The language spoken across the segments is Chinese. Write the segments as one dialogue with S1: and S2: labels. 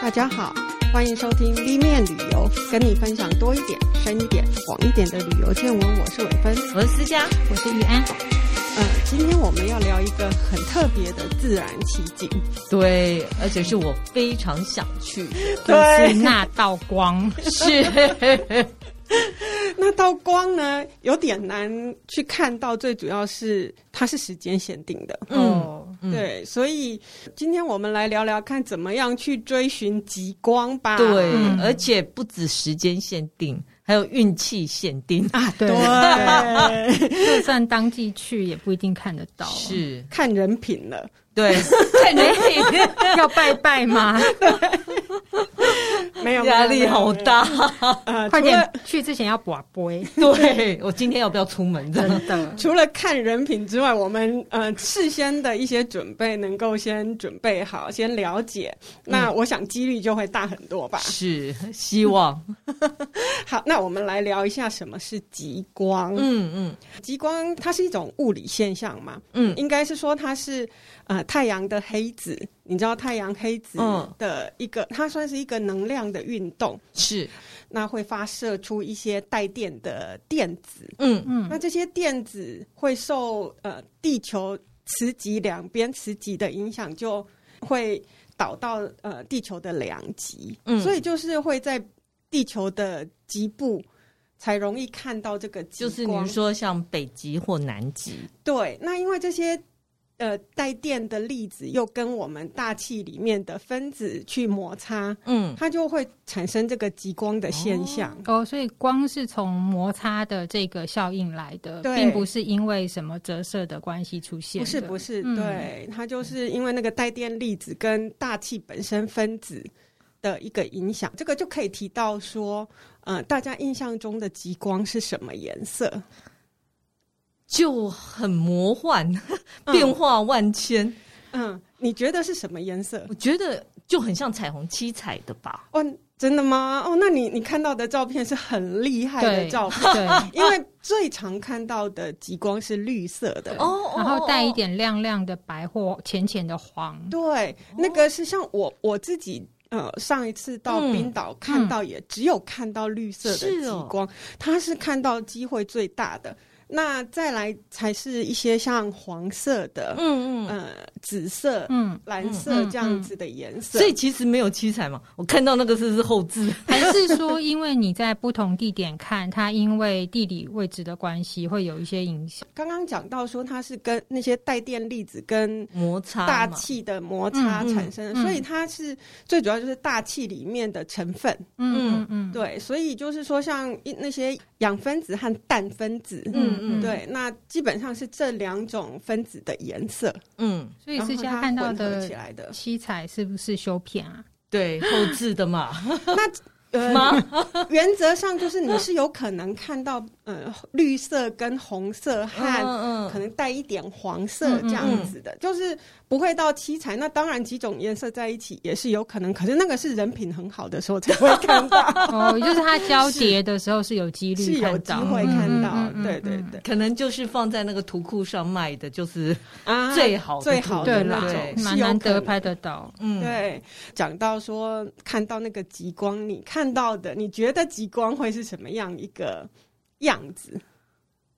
S1: 大家好，欢迎收听 V 面旅游，跟你分享多一点、深一点、广一点的旅游见闻。我是伟芬，
S2: 我是思佳，
S3: 我是玉安。
S1: 呃，今天我们要聊一个很特别的自然奇景，
S2: 对，而且是我非常想去的，
S3: 就是那道光，
S2: 是
S1: 那道光呢，有点难去看到，最主要是它是时间限定的。
S3: 哦，
S2: 嗯
S1: 对，所以今天我们来聊聊看怎么样去追寻极光吧。
S2: 对，
S3: 嗯
S2: 啊而且不止时间限定，还有运气限定，
S1: 啊， 对，
S3: 就算当季去也不一定看得到。，啊
S2: 是
S1: 看人品了。
S2: 对，看人品，
S3: 要拜拜吗？
S1: 没有
S2: 压力好，大。
S1: 没有没有呃，
S3: 快
S1: 除了
S3: 点去之前要卜杯，
S2: 对 我今天要不要出门
S3: 真
S2: 的？
S3: 的。
S1: 除了看人品之外，我们呃事先的一些准备能够先准备好，先了解，
S2: 嗯
S1: 那我想几率就会大很多吧。
S2: 是希望，
S1: 好，那我们来聊一下什么是极光。
S2: 嗯嗯
S1: 极光它是一种物理现象嘛，
S2: 嗯
S1: 应该是说它是呃太阳的黑子，你知道太阳黑子
S2: 嗯
S1: 的一个，它算是一个能量的运动，
S2: 是，
S1: 那会发射出一些带电的电子，
S2: 嗯
S3: 嗯
S1: 那这些电子会受呃地球磁极两边磁极的影响，就会导到呃地球的两极，
S2: 嗯
S1: 所以就是会在地球的极部才容易看到这个极
S2: 就是
S1: 光
S2: 你说像北极或南极，
S1: 对，那因为这些呃带电的粒子又跟我们大气里面的分子去摩擦，
S2: 嗯，
S1: 它就会产生这个极光的现象。
S3: 哦，所以光是从摩擦的这个效应来的，
S1: 对
S3: 并不是因为什么折射的关系出现
S1: 不
S3: 的。
S1: 是不是，
S3: 嗯
S1: 对，它就是因为那个带电粒子跟大气本身分子的一个影响，这个就可以提到说，呃，大家印象中的极光是什么颜色？
S2: 就很魔 幻，变化万千。
S1: 嗯，你觉得是什么颜色？
S2: 我觉得就很像彩虹七彩的吧。
S1: 哦，真的吗？哦，那你你看到的照片是很厉害的
S3: 对
S1: 照片。
S3: 对，
S1: 因为最常看到的极光是绿色 的。
S2: 哦，哦
S3: 然后带一，点亮亮的白或浅浅的黄。
S1: 对，那个是像我我自己。呃，上一次到
S2: 嗯
S1: 冰岛看到也只有看到绿色的
S2: 是
S1: 极
S2: 哦
S1: 光，它是看到机会最大的。那再来才是一些像黄色的
S2: 哦、嗯嗯。
S1: 呃、紫色、
S3: 嗯，
S1: 蓝色
S3: 嗯
S1: 这样子的颜色。
S2: 嗯所以其实没有七彩嘛，我看到那个是是后置，
S3: 还是说，因为你在不同地点看，它因为地理位置的关系，会有一些影响。
S1: 刚刚讲到说它是跟那些带电粒子跟
S2: 摩擦
S1: 大
S2: 嘛
S1: 气的摩擦
S3: 嗯嗯
S1: 产生的，
S3: 嗯
S1: 所以它是最主要就是大气里面的成分。
S3: 嗯嗯嗯，
S1: 对，所以就是说，像一那些氧分子和氮分子，
S2: 嗯嗯
S1: 对，那基本上是这两种分子的颜色，
S2: 嗯，
S3: 所以思
S1: 然
S3: 佳
S1: 后它
S3: 看到
S1: 混合
S3: 的
S1: 起来的。
S3: 七彩是不是修 片啊？
S2: 对，后置的嘛，
S1: 呃，
S2: 吗？
S1: 原则上就是你是有可能看到呃绿色跟红色和
S2: 嗯
S1: 可能带一点黄
S3: 嗯
S1: 色这样子的，就是不会到七彩。那当然几种颜色在一起也是有可能，可是那个是人品很好的时候才会看 到，
S3: 哦，也就是它交叠的时候是有几
S1: 是
S3: 率
S1: 有
S3: 看
S1: 机
S3: 到，嗯
S1: 会看到。对对对。
S2: 可能就是放在那个图库上卖的，就是
S1: 啊
S2: 最好的
S1: 最好的
S3: 对啦
S1: 那
S2: 对
S1: 种，
S3: 蛮难得拍。得到。
S2: 嗯，，
S1: 对，讲到说看到那个极光，你看到的，你觉得极光会是什么样一个样子？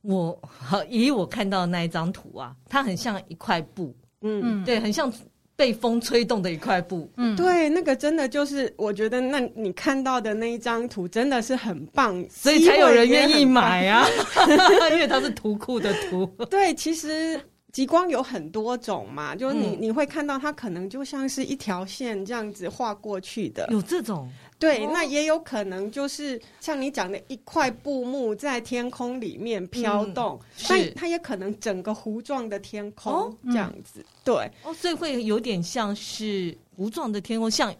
S2: 我好以我看到的那一张图啊，它很像一块布，
S1: 嗯，
S3: 嗯，
S2: 对，很像被风吹动的一块布，
S3: 嗯，
S1: 对，那个真的就是，我觉得那你看到的那一张图真的是很棒，
S2: 所以才有人愿
S1: 机会
S2: 意
S1: 也很棒。
S2: 买 啊，因为它是图库的图。
S1: 对，其实。极光有很多种嘛，就是你、
S2: 嗯
S1: 你会看到它可能就像是一条线这样子画过去的，
S2: 有这种
S1: 对，
S2: 哦
S1: 那也有可能就是像你讲的一块布幕在天空里面飘动，
S2: 嗯
S1: 但
S2: 是
S1: 它也可能整个糊状的天空、
S2: 哦
S1: 这样子。对，
S2: 哦，所以会有点像是糊状的天空，像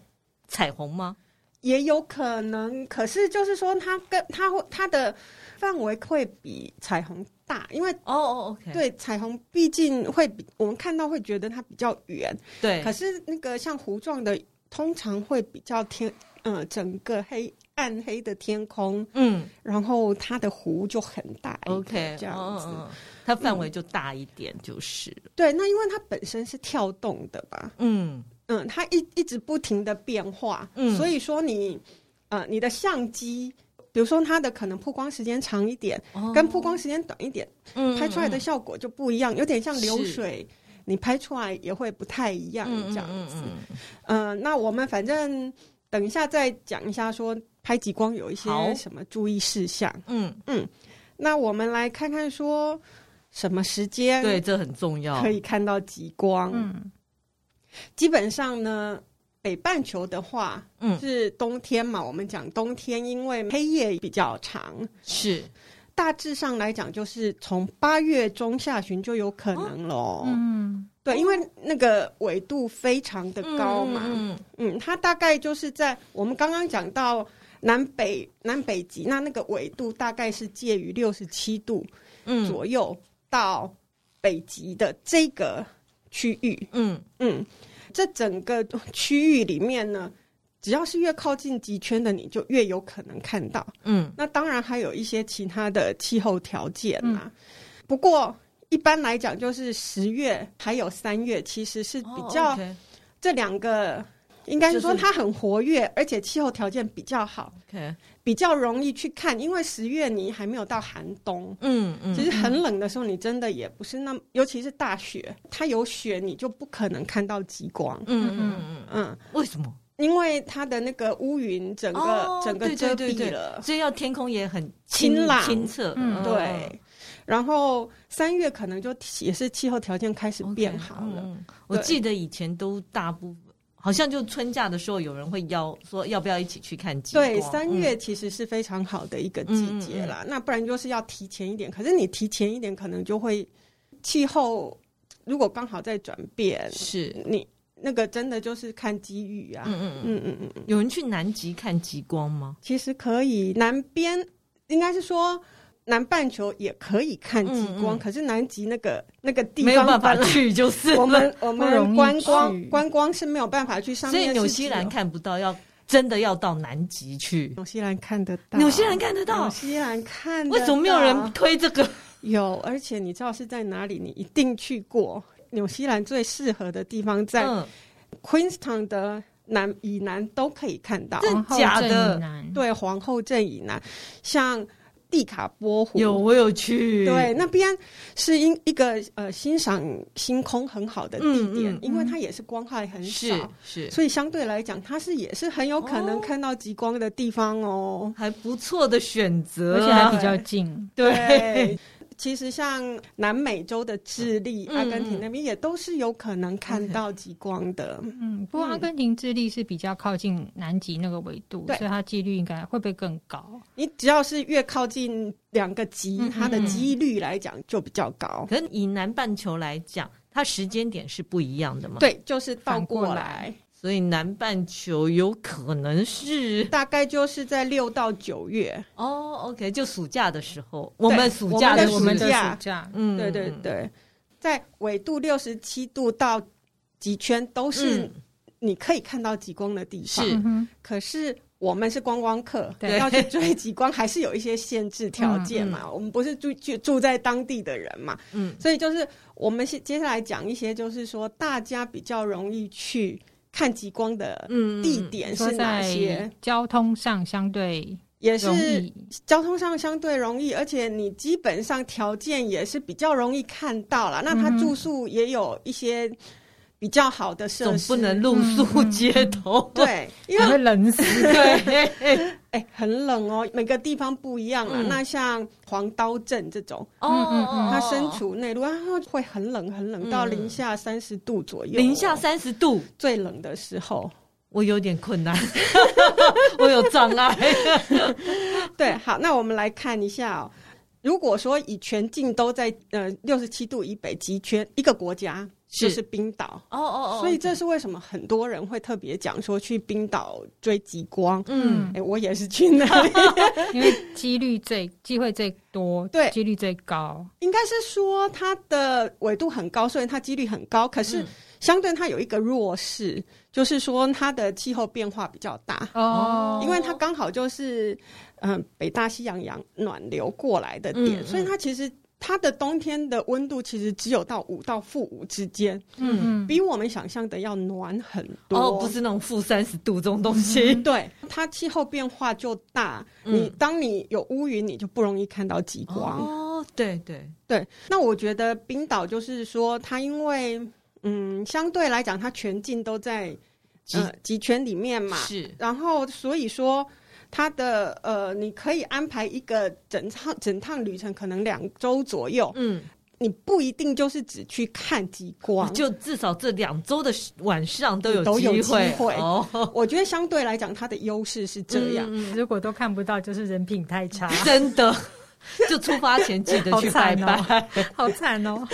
S2: 彩虹吗？
S1: 也有可能，可是就是说它跟它会它的范围会比彩虹大，因为。
S2: 哦哦，OK，
S1: 对彩虹，毕竟会比我们看到会觉得它比较远，
S2: 对
S1: 可是那个像糊状的，通常会比较天，呃，整个黑暗黑的天空，
S2: 嗯
S1: 然后它的湖就很大一个
S2: ，OK，
S1: 这样子。
S2: 嗯嗯嗯它范围就大一点，就是
S1: 对，那因为它本身是跳动的吧？
S2: 嗯，
S1: 嗯，它一一直不停的变化，
S2: 嗯
S1: 所以说你呃你的相机，比如说它的可能曝光时间长一点，跟曝光时间短一点，
S2: 哦嗯
S1: 拍出来的效果就不一样，有点像流
S2: 是
S1: 水，你拍出来也会不太一样
S2: 嗯
S1: 这样子。
S2: 嗯
S1: 嗯、那我们反正等一下再讲一下说拍极光有一些
S2: 好
S1: 什么注意事项。
S2: 嗯，
S1: 那我们来看看说什么时间
S2: 对，这很重要。
S1: 可以看到极光。
S3: 嗯，
S1: 基本上呢，北半球的话，
S2: 嗯
S1: 是冬天嘛，我们讲冬天，因为黑夜比较长，
S2: 是
S1: 大致上来讲就是从八月中下旬就有可能喽。
S3: 嗯，
S1: 对，因为那个纬度非常的高嘛，嗯
S2: 嗯
S1: 它大概就是在我们刚刚讲到南北南北极，那那个纬度大概是介于六十七度
S2: 嗯
S1: 左右到北极的这个区域。
S2: 嗯
S1: 嗯，这整个区域里面呢，只要是越靠近极圈的，你就越有可能看到。
S2: 嗯
S1: 那当然还有一些其他的气候条件啦、
S2: 嗯
S1: 不过一般来讲，就是十月还有三月，其实是比
S2: 哦
S1: 较、这两个，应该是说
S2: 就是
S1: 它很活跃，而且气候条件比较好，
S2: OK，
S1: 比较容易去看。因为十月你还没有到寒冬。
S2: 嗯嗯，
S1: 其实很冷的时候，你真的也不是那么，尤其是大雪，它有雪，你就不可能看到极光。
S2: 嗯嗯
S1: 嗯，
S2: 嗯，为什么？
S1: 因为它的那个乌云整个、
S2: 哦
S1: 整个
S2: 对
S1: 遮
S2: 对对
S1: 蔽
S2: 对
S1: 了，
S2: 所以要天空也很
S1: 晴朗
S2: 清澈，
S3: 嗯
S1: 对。然后三月可能就也是气候条件开始变好了。
S2: 嗯嗯我记得以前都大部分好像就春假的时候，有人会邀说要不要一起去看极光？嗯
S1: 对，三月其实是非常好的一个季节啦。那不然就是要提前一点，可是你提前一点，可能就会气候如果刚好在转变
S2: 嗯、，是，
S1: 你那个真的就是看机遇啊。
S2: 嗯嗯嗯，
S1: 嗯嗯嗯嗯，
S2: 有人去南极看极光吗？
S1: 其实可以，南边应该是说。南半球也可以看极光，
S2: 嗯嗯
S1: 可是南极那个那个地
S2: 没有
S1: 方
S2: 办法
S1: 本来
S2: 去就是了
S1: 我们我
S3: 不容
S1: 们
S3: 易
S1: 观光
S3: 去
S1: 观光是没有办法去上
S2: 所
S1: 面
S2: 以
S1: 是只有，
S2: 纽西兰看不到，要真的要到南极去。
S1: 纽西兰看得到，
S2: 纽西兰看得
S1: 纽
S2: 到，
S1: 西兰看得到
S2: 为什么没有人推这个？
S1: 有？而且你知道是在哪里？你一定去过。纽西兰最适合的地方在
S2: 嗯，
S1: Queenstown 的南以南都可以看到，
S2: 真
S3: 皇后
S2: 假
S3: 镇
S2: 的
S3: 以南，
S1: 对皇后镇以南，像蒂卡波湖
S2: 有我有去，
S1: 对，那边是因一个呃欣赏星空很好的地点，
S2: 嗯嗯
S1: 因为它也是光害很少，
S2: 是是，
S1: 所以相对来讲，它是也是很有可能
S2: 哦
S1: 看到极光的地方哦。
S2: 还不错的选择
S3: 而且
S2: 啊，
S3: 还比较近，
S1: 对，其实像南美洲的智利、
S2: 嗯
S1: 阿根廷那边也都是有可能看到极光的。
S3: 嗯，不过阿
S1: 嗯
S3: 根廷、智利是比较靠近南极那个纬度，
S1: 对
S3: 所以它几率应该会不会更高？
S1: 你只要是越靠近两个极，
S3: 嗯嗯
S1: 它的几率来讲就比较高。
S2: 可是以南半球来讲，它时间点是不一样的嘛，，
S1: 对，就是倒
S3: 反过
S1: 过来
S3: 来，
S2: 所以南半球有可能是
S1: 大概就是在六到九月。
S2: 哦，OK，就暑假的时候，我们暑假
S1: 在
S2: 的
S1: 暑
S3: 我们的
S1: 假
S3: 暑假，
S2: 嗯，
S1: 对对对，在纬度六十七度到极圈都是
S2: 嗯，
S1: 你可以看到极光的地方。
S2: 是
S3: 嗯哼，
S1: 可是我们是观光客，
S3: 对
S1: 要去追极光还是有一些限制条件嘛。我们不是住住住在当地的人嘛，
S2: 嗯
S1: 所以就是我们是接下来讲一些，就是说大家比较容易去看极光的
S2: 嗯，嗯
S1: 地点
S3: 说
S1: 是哪些，
S3: 在交通上相对
S1: 也
S3: 容
S1: 是
S3: 易，
S1: 交通上相对容易，而且你基本上条件也是比较容易看到啦。那他
S3: 嗯哼
S1: 住宿也有一些比较好的设
S2: 总
S1: 施，
S2: 不能嗯露宿
S3: 嗯嗯嗯
S2: 街头，
S1: 对，因为
S3: 也会冷死。
S2: 对，嗯
S1: 哎、很冷哦，每个地方不一样啊。
S2: 嗯
S1: 那像黄刀镇这种，
S2: 哦
S3: 嗯嗯
S1: 它身处内陆，它会很冷，很冷，
S2: 嗯
S1: 到零下三十度左右、
S2: 零下三十度，
S1: 最冷的时候。
S2: 我有点困难， 我有障碍。
S1: 对，好，那我们来看一下哦。如果说以全境都在呃六十七度以北极圈一个国家，
S2: 是
S1: 就是冰岛。
S2: 哦哦
S1: 所以这是为什么很多人会特别讲说去冰岛追极光。
S2: 嗯
S1: 哎、我也是去那 里，
S3: 因为几率最机会最多，
S1: 对
S3: 几率最高，
S1: 应该是说它的纬度很高，所以它几率很高。可是
S2: 嗯
S1: 相对它有一个弱势，就是说它的气候变化比较大，
S2: 哦
S1: 因为它刚好就是嗯、呃北大西洋洋暖流过来的点，
S2: 嗯嗯
S1: 所以它其实。它的冬天的温度其实只有到五到负五之间，
S2: 嗯，
S3: 嗯，
S1: 比我们想象的要暖很多。嗯
S2: 哦，不是那种负三十度这种东西，
S1: 对，它气候变化就大。你
S2: 嗯
S1: 当你有乌云，你就不容易看到极光。
S2: 哦，对对，
S1: 对，那我觉得冰岛就是说，它因为嗯，相对来讲，它全境都在
S2: 极
S1: 呃集权里面嘛，
S2: 是，
S1: 然后所以说。它的呃，你可以安排一个整趟整趟旅程，可能两周左右，
S2: 嗯，
S1: 你不一定就是只去看极光。
S2: 就至少这两周的晚上都有
S1: 都有
S2: 机会
S1: 机会
S2: 哦，
S1: 我觉得相对来讲，它的优势是这样。
S2: 嗯嗯
S3: 如果都看不到，就是人品太差，
S1: 啊
S2: 真的，就出发前记得
S3: 好
S2: 去拜
S3: 惨
S2: 拜。
S3: 哦， 好惨哦。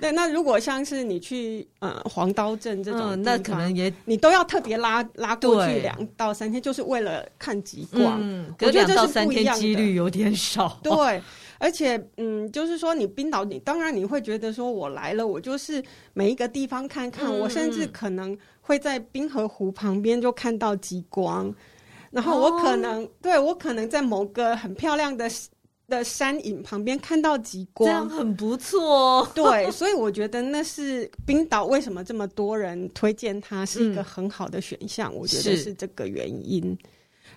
S1: 对，那如果像是你去呃黄刀镇这种地方、
S2: 嗯，那可能也
S1: 你都要特别拉拉过去
S2: 对
S1: 两到三天，就是为了看极光。
S2: 嗯，
S1: 我
S2: 隔
S1: 觉得
S2: 两
S1: 这
S2: 到
S1: 是
S2: 三
S1: 不一
S2: 天
S1: 样的
S2: 几率有点少。哦
S1: 对，而且嗯，就是说你冰岛，你当然你会觉得说我来了，我就是每一个地方看看，
S2: 嗯
S1: 我甚至
S2: 嗯
S1: 可能会在冰河湖旁边就看到极光，然后我可能、
S2: 哦
S1: 对我可能在某个很漂亮的的山影旁边看到极
S2: 这样
S1: 光。
S2: 很不错 哦。
S1: 对，所以我觉得那是冰岛为什么这么多人推荐它是一个很好的选项，我觉得
S2: 是
S1: 是这个原因。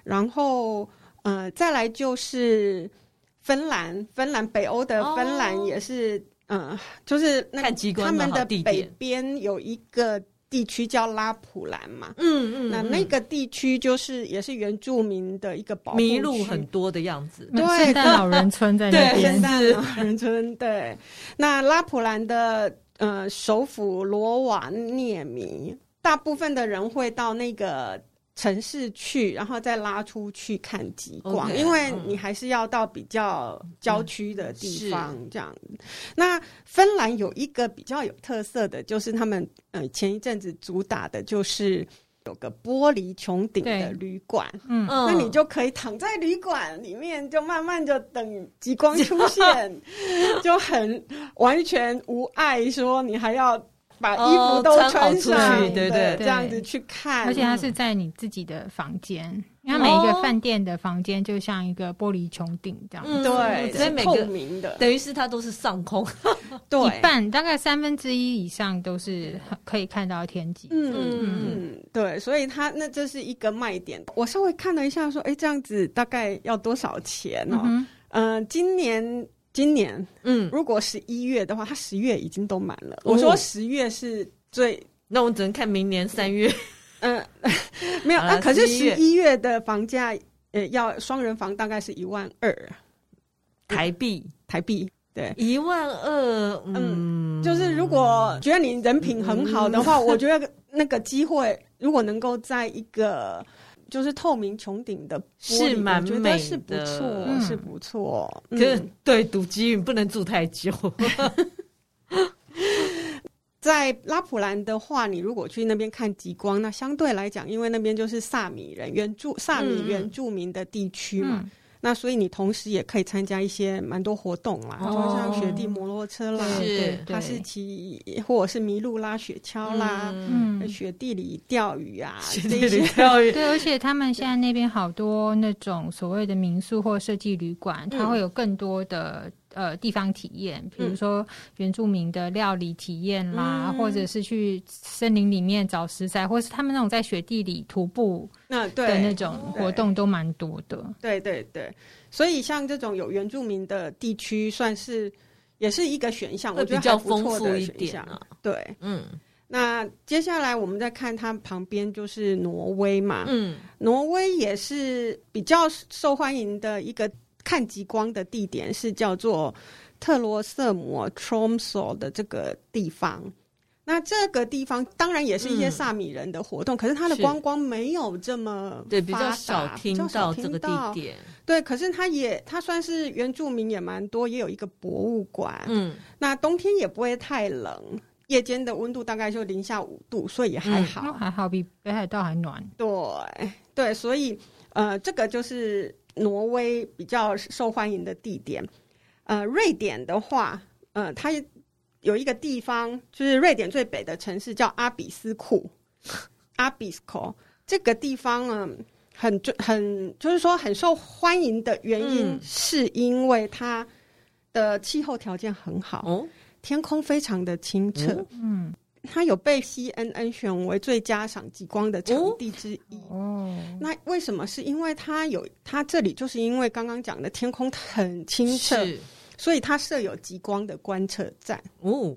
S1: 然后，呃，再来就是芬兰，芬兰北欧的芬兰
S2: 哦
S1: 也是，嗯、就是那
S2: 看极光
S1: 他
S2: 的
S1: 们
S2: 好
S1: 的
S2: 地
S1: 北
S2: 点
S1: 边有一个地区叫拉普兰嘛，
S2: 嗯嗯
S1: 那
S2: 嗯
S1: 那个地区就是也是原住民的一个保护
S2: 麋鹿
S1: 区
S2: 很多的样子，
S1: 对
S3: 嗯圣诞老人村在那
S2: 对
S1: 圣
S3: 边，
S1: 诞老人村对。那拉普兰的呃首府罗瓦涅米，大部分的人会到那个城市去，然后再拉出去看极光
S2: OK，
S1: 因为
S2: 嗯
S1: 你还是要到比较
S3: 嗯
S1: 郊区的地方、这样。那芬兰有一个比较有特色的，就是他们呃前一阵子主打的就是。有个玻璃穹顶的
S3: 对
S1: 旅馆，
S3: 嗯，
S2: 嗯，
S1: 那你就可以躺在旅馆里面，就慢慢就等极光出 现，就很完全无碍。说你还要把衣服都
S2: 哦穿好
S1: 穿
S2: 出去
S1: 上，
S2: 对对
S1: 对，这样子去看，
S3: 而且它是在你自己的房间，因为它每一
S2: 哦
S3: 个饭店的房间就像一个玻璃穹顶这样，
S2: 嗯
S1: 对，
S2: 所以每
S1: 透
S2: 个
S1: 明的，
S2: 等于是它都是上空，
S1: 对，
S3: 一半大概三分之一以上都是可以看到天际。
S1: 嗯
S2: 嗯
S1: 嗯嗯，对，所以它那这是一个卖点。我稍微看了一下，说，哎，这样子大概要多少钱
S3: 嗯
S1: 哦？
S3: 哼，
S1: 嗯、今年。今年
S2: 嗯，
S1: 如果十一月的话，它十月已经都满了。
S2: 哦
S1: 我说十月是最
S2: 那我只能看明年三月，
S1: 嗯， 没有
S2: 好
S1: 啊。
S2: 啦
S1: 可是
S2: 11
S1: 十
S2: 月
S1: 一月的房价，呃，要双人房大概是一万二
S2: 台币
S1: 台币。对，
S2: 一万二，嗯，
S1: 就是如果觉得你人品很好的话，我觉得那个机会，如果能够在一个就是透明穹顶的玻璃
S2: 是蛮
S1: 我觉
S2: 美
S1: 得是不
S2: 的
S1: 错，
S3: 嗯
S1: 是不错。
S2: 可是
S1: 嗯，
S2: 对赌机运不能住太久，
S1: 在拉普兰的话，你如果去那边看极光，那相对来讲，因为那边就是萨米人原住萨米
S2: 嗯嗯
S1: 原住民的地区嘛，
S3: 嗯，
S1: 那所以你同时也可以参加一些蛮多活动啦，
S2: 哦
S1: 就像雪地摩托车啦，
S2: 是
S1: 它是
S3: 嗯
S1: 骑或者是麋鹿啦、雪橇啦、
S2: 嗯，
S3: 嗯，
S1: 雪地里钓鱼啊
S2: 去
S1: 这
S2: 那里
S1: 些。
S2: 跳跃，
S3: 对，而且他们现在那边好多那种所谓的民宿或设计旅馆，
S1: 嗯
S3: 它会有更多的呃地方体验，比如说原住民的料理体验啦，
S1: 嗯
S3: 或者是去森林里面找食材，或是他们那种在雪地里徒步
S1: 那
S3: 的那
S1: 对
S3: 种活动都蛮多的。
S1: 对对对，所以像这种有原住民的地区，算是也是一个选项，
S2: 会
S1: 我觉
S2: 比
S1: 得
S2: 较
S1: 还不
S2: 丰
S1: 错
S2: 富
S1: 的
S2: 一
S1: 选
S2: 点
S1: 项。
S2: 啊，
S1: 对，
S2: 嗯
S1: 那接下来我们再看它旁边就是挪威嘛，
S2: 嗯，
S1: 挪威也是比较受欢迎的一个看极光的地点，是叫做特罗瑟姆 （Tromso） 的这个地方。那这个地方当然也是一些
S2: 嗯
S1: 萨米人的活动，可是它的
S2: 是
S1: 观光没有这么
S2: 对，比
S1: 发
S2: 较
S1: 达
S2: 少
S1: 比
S2: 听
S1: 较
S2: 到
S1: 少
S2: 这
S1: 听
S2: 个地
S1: 到
S2: 点，
S1: 对，可是它也它算是原住民也蛮多，也有一个博物馆。
S2: 嗯，
S1: 那冬天也不会太冷，夜间的温度大概就零下五度，所以也还
S2: 嗯
S1: 好。
S3: 那还好，比北海道还暖。
S1: 对对，所以呃，这个就是挪威比较受欢迎的地点。呃，瑞典的话，呃，它有一个地方，就是瑞典最北的城市叫阿比斯库 阿比斯库这个地方呢，很很就是说很受欢迎的原因，
S2: 嗯
S1: 是因为它的气候条件很好，
S2: 哦，
S1: 天空非常的清澈，
S2: 嗯
S3: 嗯，
S1: 它有被 CNN 选为最佳赏极光的场地之一。
S3: 哦，
S1: 那为什么？是因为它有它这里就是因为刚刚讲的天空很清澈，
S2: 是
S1: 所以它设有极光的观测站。
S2: 哦，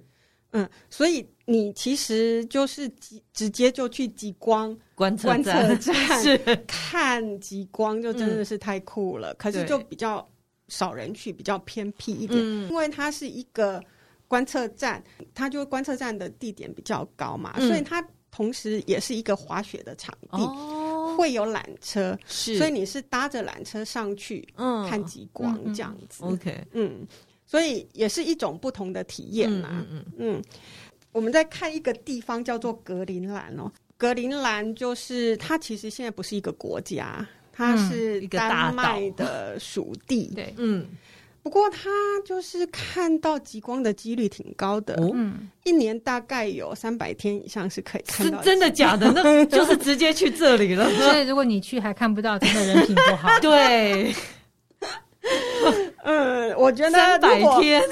S1: 嗯，所以你其实就是直直接就去极光
S2: 观测
S1: 观测
S2: 站
S1: 站
S2: 是嗯
S1: 看极光，就真的是太酷了。可是
S2: 对
S1: 就比较少人去，比较偏僻一点，
S2: 嗯
S1: 因为它是一个观测站，它就观测站的地点比较高嘛，
S2: 嗯
S1: 所以它同时也是一个滑雪的场地，
S2: 哦，
S1: 会有缆车，
S2: 是，
S1: 所以你是搭着缆车上去
S2: 嗯
S1: 看极光
S3: 嗯嗯
S1: 这样子。
S2: OK
S1: 嗯，所以也是一种不同的体验
S2: 嗯
S1: 啦、
S2: 嗯嗯
S1: 嗯，我们在看一个地方叫做格陵兰哦，格陵兰就是它其实现在不是一个国家，它
S3: 嗯
S1: 是
S2: 一个大
S1: 丹麦
S2: 岛
S1: 的属地。
S3: 对，
S2: 嗯，
S1: 不过它就是看到极光的几率挺高的，
S2: 哦，
S3: 嗯，
S1: 一年大概有三百天以上是可以看
S2: 是
S1: 到
S2: 真
S1: 的。
S2: 的假的？ 那就是直接去这里了。。
S3: 所以如果你去还看不到，真的人品 不好
S2: 对，
S1: 嗯，我觉得
S2: 三百
S1: 如果，
S2: 天，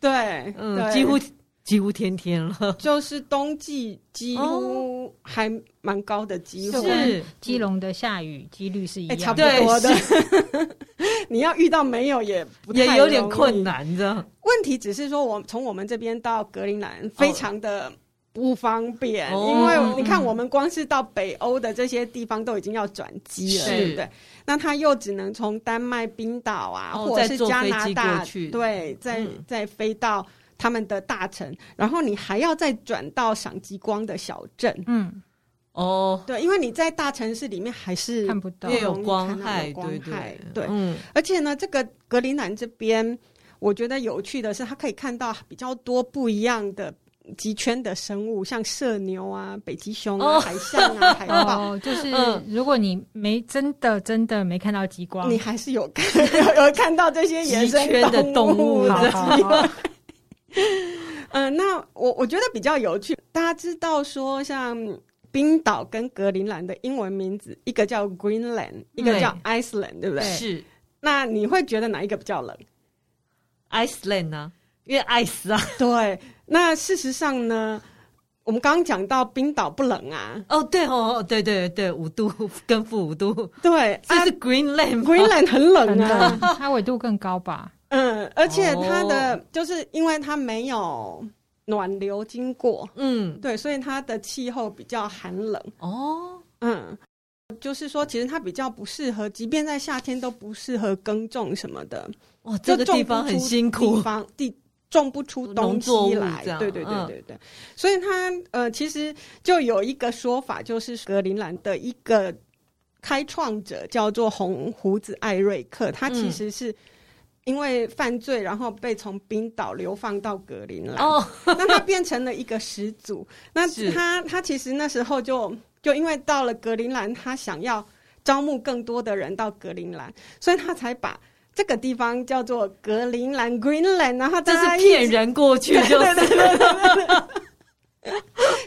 S1: 对，
S2: 嗯，
S1: 对
S2: 几乎几乎天天了，
S1: 就是冬季几乎还蛮高的机
S3: 是
S1: 会。
S2: 是
S3: 基隆的下雨几率是一
S1: 哎、
S3: 样
S1: 差不
S3: 的，
S1: 多的。 你要遇到没有也不太
S2: 也有点
S1: 容易
S2: 困。难的。
S1: 问题只是说我从我们这边到格陵兰非常的不方便，
S2: 哦
S1: 因为你看我们光是到北欧的这些地方都已经要转机了，
S2: 是
S1: 对不对？那他又只能从丹麦、冰岛啊，
S2: 哦
S1: 或者
S2: 再
S1: 是
S2: 坐
S1: 加
S2: 飞
S1: 拿
S2: 机
S1: 大
S2: 过去，
S1: 对，再、
S2: 嗯
S1: 再飞到。他们的大城，然后你还要再转到赏极光的小镇，
S3: 嗯，
S2: 哦，
S1: 对，因为你在大城市里面还是
S3: 看不到
S1: 因
S2: 也
S1: 为
S2: 有光
S1: 容
S2: 害，
S1: 易看到
S2: 对
S1: 有光害
S2: 对
S1: 对
S2: 嗯，
S1: 而且呢，这个格陵兰这边，我觉得有趣的是，它可以看到比较多不一样的极圈的生物，像射牛啊、北极熊啊、
S2: 哦
S1: 海象啊、海豹。
S3: 哦，就是
S2: 嗯
S3: 如果你没真的真的没看到极光
S1: 你，还是有看有有看到这些野
S2: 极
S1: 生
S2: 圈的动物
S1: 物
S2: 的
S3: 好
S1: 的
S3: 好
S1: 机会
S3: 好
S1: 嗯，那我我觉得比较有趣，大家知道说像。冰岛跟格陵兰的英文名字，一个叫 Greenland，一个叫 Iceland，对不对？
S2: 是
S1: 那你会觉得哪一个比较冷？
S2: Iceland 呢，因为爱死啊，
S1: 对，那事实上呢，我们刚刚讲到冰岛不冷啊，
S2: 哦，对哦，哦对对对，五度跟负五度，
S1: 对
S2: 这
S1: 啊
S2: 是 Greenland 吗？
S1: ，Greenland 很
S3: 真
S1: 冷啊，
S3: 的，它纬度更高吧？
S1: 嗯，而且它的、就是因为它没有暖流经过，
S2: 嗯，
S1: 对，所以它的气候比较寒冷，
S2: 哦，
S1: 嗯。就是说，其实它比较不适合，即便在夏天都不适合耕种什么的。
S2: 哇，这
S1: 就
S2: 个
S1: 种
S2: 地
S1: 不
S2: 方
S1: 出
S2: 很辛
S1: 地
S2: 苦，
S1: 方地种不出
S2: 农
S1: 东
S2: 作物
S1: 西来
S2: 这样，
S1: 对对对
S2: 嗯
S1: 对对，所以它呃，其实就有一个说法，就是格陵兰的一个开创者叫做红胡子艾瑞克，他
S2: 嗯
S1: 其实是。因为犯罪，然后被从冰岛流放到格陵兰，
S2: 哦，
S1: 那他变成了一个始祖。那
S2: 是
S1: 他他其实那时候就就因为到了格陵兰，他想要招募更多的人到格陵兰，所以他才把这个地方叫做格陵兰 （Greenland），然后
S2: 这
S1: 大
S2: 是
S1: 家一
S2: 骗，人过去，就
S1: 对对
S2: 是
S1: 对对对对对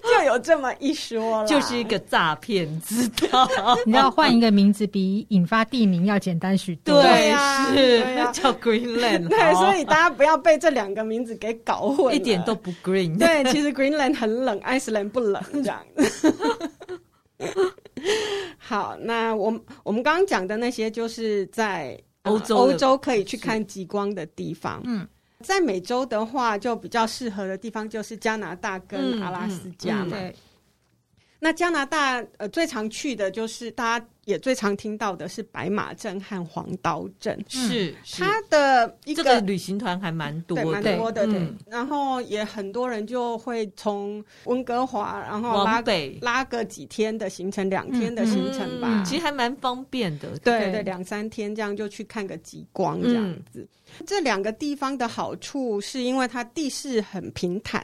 S1: 就有这么一说了，
S2: 就是一个诈骗，知道？
S3: 你知道换一个名字比引发地名要简单许 多。
S1: 对呀对呀
S2: 是叫 Greenland，
S1: 对，
S2: 好
S1: 所以大家不要被这两个名字给搞混了，
S2: 一点都不 green，
S1: 对，其实 Greenland 很冷，Iceland 不冷，这样。 好，那我们我们刚刚讲的那些，就是在呃
S2: 欧洲的
S1: 欧洲可以去看极光的地方。
S3: 嗯，
S1: 在美洲的话，就比较适合的地方就是加拿大跟
S2: 嗯
S1: 阿拉斯加
S2: 嗯
S1: 嘛。
S3: 对，
S1: 那加拿大呃最常去的就是大家也最常听到的是白马镇和黄刀镇，
S2: 是
S1: 嗯
S2: 是，
S1: 它的一
S2: 这个旅行团还蛮多
S1: 对，蛮
S2: 的，
S1: 多的，对。
S2: 嗯
S1: 然后也很多人就会从温哥华，然后拉
S2: 往北
S1: 拉个几天的行程，两天的行程吧。
S2: 嗯其实还蛮方便的，
S1: 对
S3: 对
S1: 对，两三天这样就去看个极光
S2: 嗯
S1: 这样子。这两个地方的好处是因为它地势很平坦，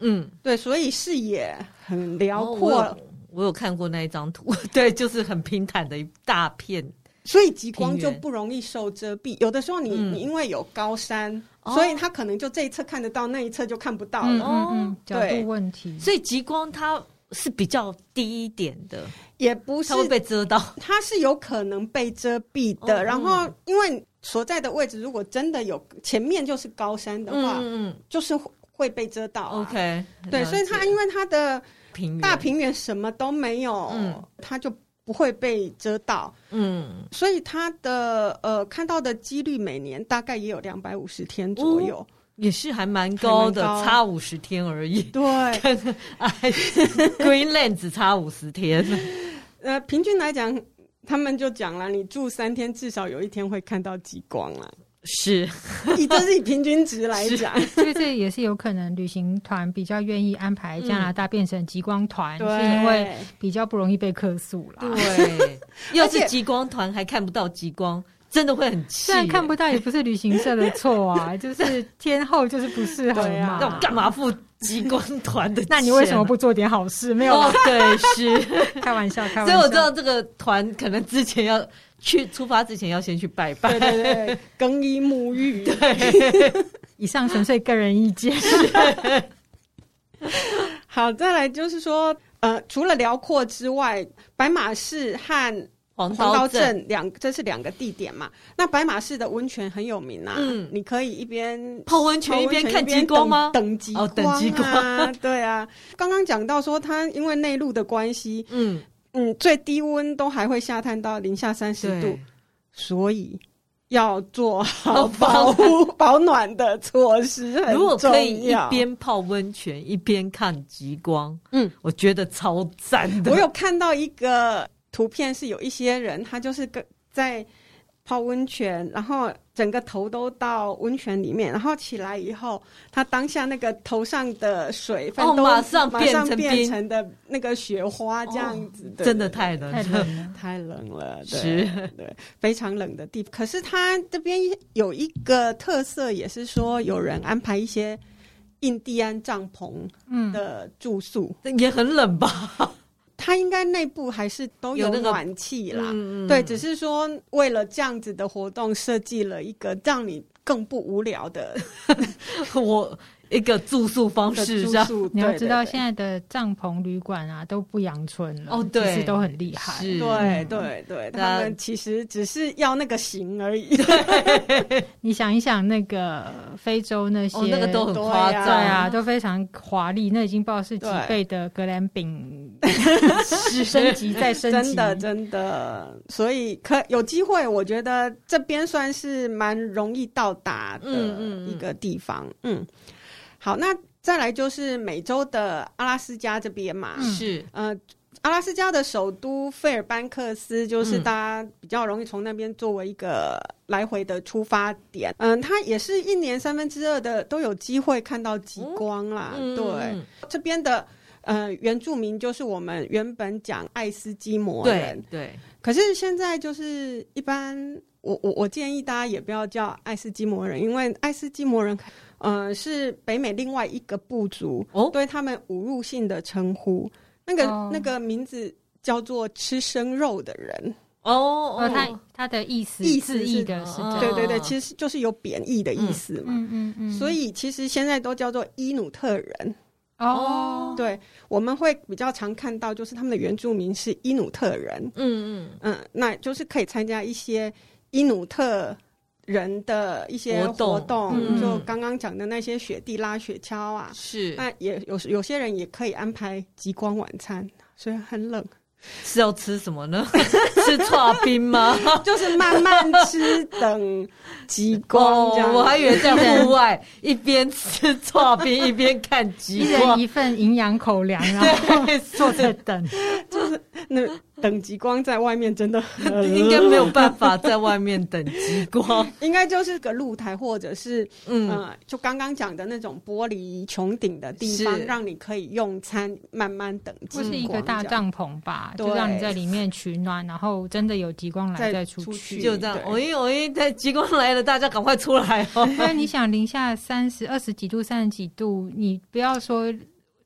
S2: 嗯，
S1: 对，所以视野很辽
S2: 哦
S1: 阔，
S2: 我有我有看过那一张图， 对，就是很平坦的一大片，
S1: 所以极光
S2: 平
S1: 就
S2: 原
S1: 不容易受遮蔽。有的时候你、
S2: 嗯
S1: 你因为有高山，
S2: 哦
S1: 所以它可能就这一侧看得到，那一侧就看不到
S3: 嗯
S1: 了。
S3: 嗯嗯，角
S1: 对
S3: 度问题，
S2: 所以极光它是比较低一点的，
S1: 也不是
S2: 它会被遮到。
S1: 它是有可能被遮蔽的。
S2: 哦
S1: 然后，因为所在的位置如果真的有前面就是高山的话，
S2: 嗯嗯
S1: 就是会会被遮到、啊。
S2: ，OK，
S1: 对，所以它因为它的
S2: 平原
S1: 大，平原什么都没有，
S2: 嗯
S1: 它就不会被遮到，
S2: 嗯，
S1: 所以它的呃看到的几率每年大概也有两百五十天左右。
S2: 也是还蛮高的
S1: 还蛮，高
S2: 差五十天而已。
S1: 对，
S2: 哎，Greenland 只差五十天，
S1: 呃，平均来讲，他们就讲了，你住三天，至少有一天会看到极光啦。
S2: 是
S1: 以这是以平均值来讲，
S3: 所以这也是有可能旅行团比较愿意安排加拿大变成极光团，
S1: 对，
S3: 是因为比较不容易被客诉啦。
S2: 对。要
S1: 而
S2: 是
S1: 且
S2: 极光团还看不到极光，真的会很气
S3: 虽
S2: 耶。
S3: 然看不到也不是旅行社的错啊，就是天后就是不适合
S1: 对
S3: 嘛
S1: 啊。
S2: 那我干嘛付极光团的钱？
S3: 那你为什么不做点好事？没有啦
S2: 哦，对，是。
S3: 开玩笑， 开玩
S2: 所
S3: 笑。
S2: 以我知道这个团可能之前要去出发之前要先去拜拜。
S1: 对对 对，更衣沐浴，
S3: 以上纯粹个人意见。
S1: 好，再来就是说，呃，除了辽阔之外，白马市和
S2: 黄
S1: 黄刀
S2: 镇
S1: 镇两，这是两个地点嘛。那白马市的温泉很有名啊，
S2: 嗯
S1: 你可以一边
S2: 泡温
S1: 泡
S2: 泉一
S1: 温
S2: 边
S1: 泉
S2: 看极光吗？
S1: 等等极光、
S2: 哦等极
S1: 啊， 对啊。刚刚讲到说，它因为内陆的关系，
S2: 嗯，
S1: 嗯，最低温都还会下探到零下三十度
S2: 对，，
S1: 所以。要做好
S2: 好
S1: 保
S2: 保
S1: 护、保暖的措施很重要。
S2: 如果可以一边泡温泉一边看极光，
S1: 嗯，
S2: 我觉得超赞 的。
S1: 我有看到一个图片，是有一些人他就是跟在泡温泉，然后整个头都到温泉里面，然后起来以后，他当下那个头上的水分
S2: 哦
S1: 都
S2: 马上
S1: 马
S2: 变
S1: 上
S2: 成
S1: 变
S2: 冰哦
S1: 成的那个雪花这样子，对
S2: 真的太冷
S3: 太
S2: 了，
S3: 冷了，
S1: 太冷了，对
S2: 是
S1: 对，非常冷的地。可是它这边有一个特色，也是说有人安排一些印第安帐篷
S3: 嗯，
S1: 的住宿。
S2: 也很冷吧？
S1: 它应该内部还是都有
S2: 有那个
S1: 暖气啦，
S2: 嗯
S1: 对，只是说为了这样子的活动，设计了一个让你更不无聊的
S2: 我一个住宿方
S1: 的
S2: 式啊
S1: 住
S2: 这样。
S1: 宿。
S3: 你要知道
S1: 对
S3: 现在的帐篷旅馆啊都不阳春了，
S2: 哦对
S3: 其实都很厉害。
S2: 是
S1: 对对对，他
S2: 嗯那
S1: 们其实只是要那个型而 已。
S3: 你想一想，那个非洲那些，
S2: 哦，那个都很夸
S1: 对
S2: 张，
S3: 对啊，都非常华丽，那已经不知道是几倍的格兰饼升级再升级，
S1: 真的真的，所以可有机会，我觉得这边算是蛮容易到达的
S2: 嗯嗯嗯
S1: 一个地方。嗯好，那再来就是美洲的阿拉斯加这边嘛，
S3: 嗯
S2: 是
S1: 呃，阿拉斯加的首都费尔班克斯，就是
S2: 嗯
S1: 大家比较容易从那边作为一个来回的出发点。嗯，它也是一年三分之二的都有机会看到极光啦。
S2: 嗯
S1: 对，
S2: 嗯
S1: 这边的呃原住民就是我们原本讲爱斯基摩人
S2: 对，对，
S1: 可是现在就是一般。我我我建议大家也不要叫爱斯基摩人，因为爱斯基摩人，呃，是北美另外一个部族，
S2: 哦
S1: 对他们侮辱性的称呼。那个、
S3: 哦
S1: 那个名字叫做吃生肉的人，
S2: 哦
S3: 呃，
S2: 哦，
S3: 它它的意思
S1: 意思
S3: 字
S1: 是
S3: 义的是这样，
S2: 哦
S1: 对对对，其实就是有贬义的意思嘛。
S3: 嗯嗯嗯，
S1: 所以其实现在都叫做伊努特人，
S3: 哦，
S1: 对，我们会比较常看到，就是他们的原住民是伊努特人，
S2: 嗯嗯，
S1: 嗯，那就是可以参加一些伊努特人的一些
S2: 活动
S1: 活动，
S3: 嗯
S1: 就刚刚讲的那些雪地拉雪橇啊，
S2: 是
S1: 那也有有些人也可以安排极光晚餐，虽然很冷，
S2: 是要吃什么呢？ 吃刨冰吗？
S1: 就是慢慢吃，等极光这样
S2: 哦，
S1: 子。
S2: 我还以为在户外一边吃刨冰一边看
S3: 一
S2: 极
S3: 人
S2: 光，
S3: 一份营养口粮，然后
S2: 对，
S3: 坐着等。
S1: 那等极光在外面真的很冷
S2: 应 该没有办法在外面等极光。
S1: 应该就是个露台，或者是 嗯、
S2: 嗯，
S1: 呃就刚刚讲的那种玻璃穹顶的地方，
S2: 是
S1: 让你可以用餐，慢慢等极
S3: 或
S1: 光。
S3: 是一个大
S1: 这样
S3: 帐篷吧，
S1: 对
S3: 就让你在里面取暖，然后真的有极光来
S1: 再
S3: 再出
S1: 出去
S2: 就这样
S1: 对，
S2: 我一我一在极光来了，大家赶快出来哦。
S3: 因为你想零下三十二十几度、三十几度，你不要说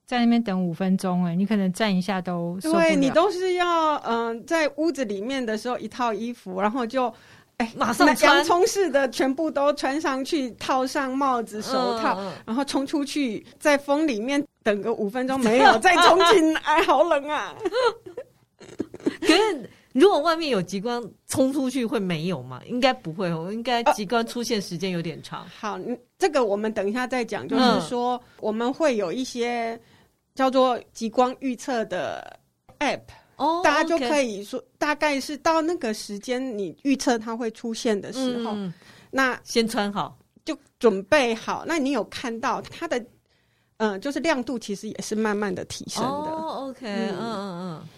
S3: 在那边等五分钟，哎，你可能站一下都受不了。
S1: 对你都是要嗯、呃在屋子里面的时候一套衣服，然后就。哎，
S2: 马上
S1: 那
S2: 穿
S1: 洋葱式的全部都穿上去，套上帽子、 手套，
S2: 嗯
S1: 然后冲出去，在风里面等个五分钟，没 有再冲进来，好冷啊！
S2: 可是如果外面有极光冲出去会没有吗？应该不会哦，应该极光出现时间有点长。
S1: 好，嗯这个我们等一下再讲，就是说、
S2: 嗯
S1: 我们会有一些叫做极光预测的 app，、
S2: 哦，
S1: 呃大家就
S2: OK
S1: 可以说大概是到那个时间你预测它会出现的时候，
S2: 嗯
S1: 那
S2: 先穿好。
S1: 就准备好。那你有看到它的，嗯、就是亮度其实也是慢慢的提升的。
S2: 哦，OK，
S1: 嗯
S2: 嗯嗯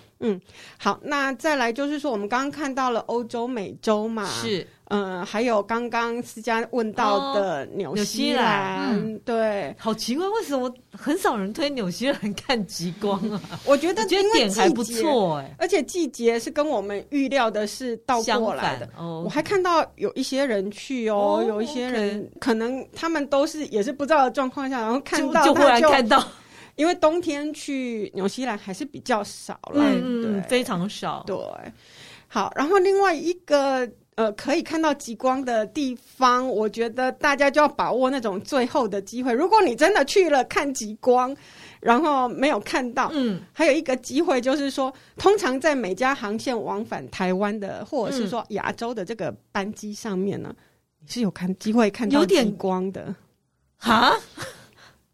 S1: 好，那再来就是说，我们刚刚看到了欧洲、美洲嘛，
S2: 嗯，，是
S1: 嗯、还有刚刚思佳问到的纽
S2: 哦纽
S1: 西
S2: 西
S1: 兰，
S2: 兰嗯
S1: 对，
S2: 好奇怪，为什么很少人推纽西兰看极光 啊？
S1: 我觉得
S2: 我觉
S1: 因
S2: 得
S1: 为
S2: 点还
S1: 季
S2: 不
S1: 节，
S2: 错哎，
S1: 而且季节是跟我们预料的是倒
S2: 相
S1: 过来
S2: 反
S1: 的。
S2: 哦
S1: 我还看到有一些人去哦，
S2: 哦
S1: 有一些人可能他们都是也是不知道的状况下，然后看
S2: 就
S1: 到
S2: 就忽
S1: 他
S2: 然
S1: 就
S2: 看到，
S1: 因为冬天去纽西兰还是比较少啦，
S2: 嗯
S1: 对
S2: 嗯，非常少。
S1: 对。好，然后另外一个呃可以看到极光的地方，我觉得大家就要把握那种最后的机会。如果你真的去了看极光，然后没有看到，
S2: 嗯，
S1: 还有一个机会就是说，通常在每家航线往返台湾的，或者是说亚洲的这个班机上面呢，你是有看机会看到
S2: 有
S1: 极
S2: 点
S1: 光的，
S2: 哈，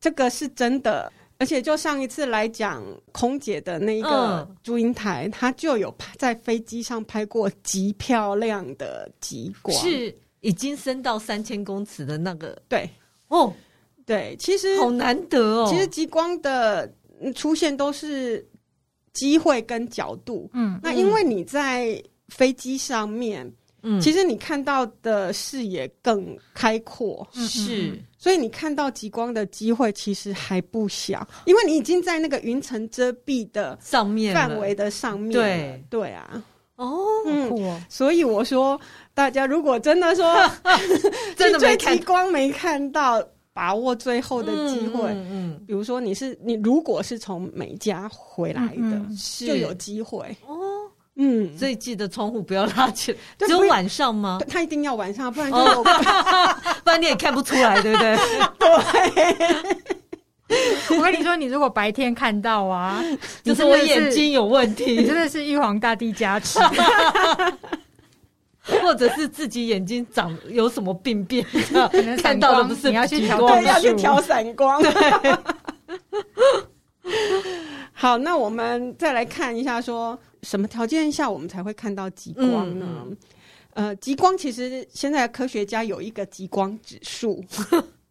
S1: 这个是真的。而且就上一次来讲，空姐的那一个
S2: 嗯
S1: 祝英台，她就有拍在飞机上拍过极漂亮的极光，
S2: 是已经升到三千公尺的那个
S1: 对
S2: 哦，
S1: 对。其实
S2: 好难得哦。
S1: 其实极光的嗯出现都是机会跟角度，
S3: 嗯
S1: 那因为你在飞机上面，
S2: 嗯
S1: 其实你看到的视野更开阔，
S3: 嗯嗯
S2: 是
S1: 所以你看到极光的机会其实还不小，因为你已经在那个云层遮蔽的
S2: 上面了
S1: 范围的上面了。
S2: 对
S1: 对啊，
S2: 哦，
S1: 嗯，
S3: 酷哦，
S1: 所以我说大家如果真的 说
S2: 真的
S1: 去追
S2: 没看
S1: 极光没看到，把握最后的机会。
S2: 嗯，嗯
S1: 比如说你是你如果是从美加回来的，
S3: 嗯嗯
S2: 嗯是
S1: 就有机会。
S2: 哦，
S1: 嗯，
S2: 所以记得窗户不要拉起来，
S1: 对
S2: 只有
S1: 不
S2: 晚上吗
S1: 对？他一定要晚上，不然就
S2: 哦
S1: 有
S2: 不然你也看不出来，对不 对？
S3: 我跟你说，你如果白天看到 啊，
S2: 就
S3: 你
S2: 是
S3: 真
S2: 我
S3: 的
S2: 眼睛有问
S3: 你
S2: 题
S3: 真，的是玉皇大帝 加持，
S2: 或者是自己眼睛长有什么病变，
S3: 可能
S2: 看
S3: 散
S2: 到的
S3: 光
S2: 不是
S3: 你要去
S2: 极
S3: 调
S2: 光
S3: 光
S1: 对，
S3: 束，
S1: 要去调散光。 好，那我们再来看一下说，什么条件下我们才会看到极光呢？
S2: 嗯
S1: 呃，极光其实现在科学家有一个极光指 数，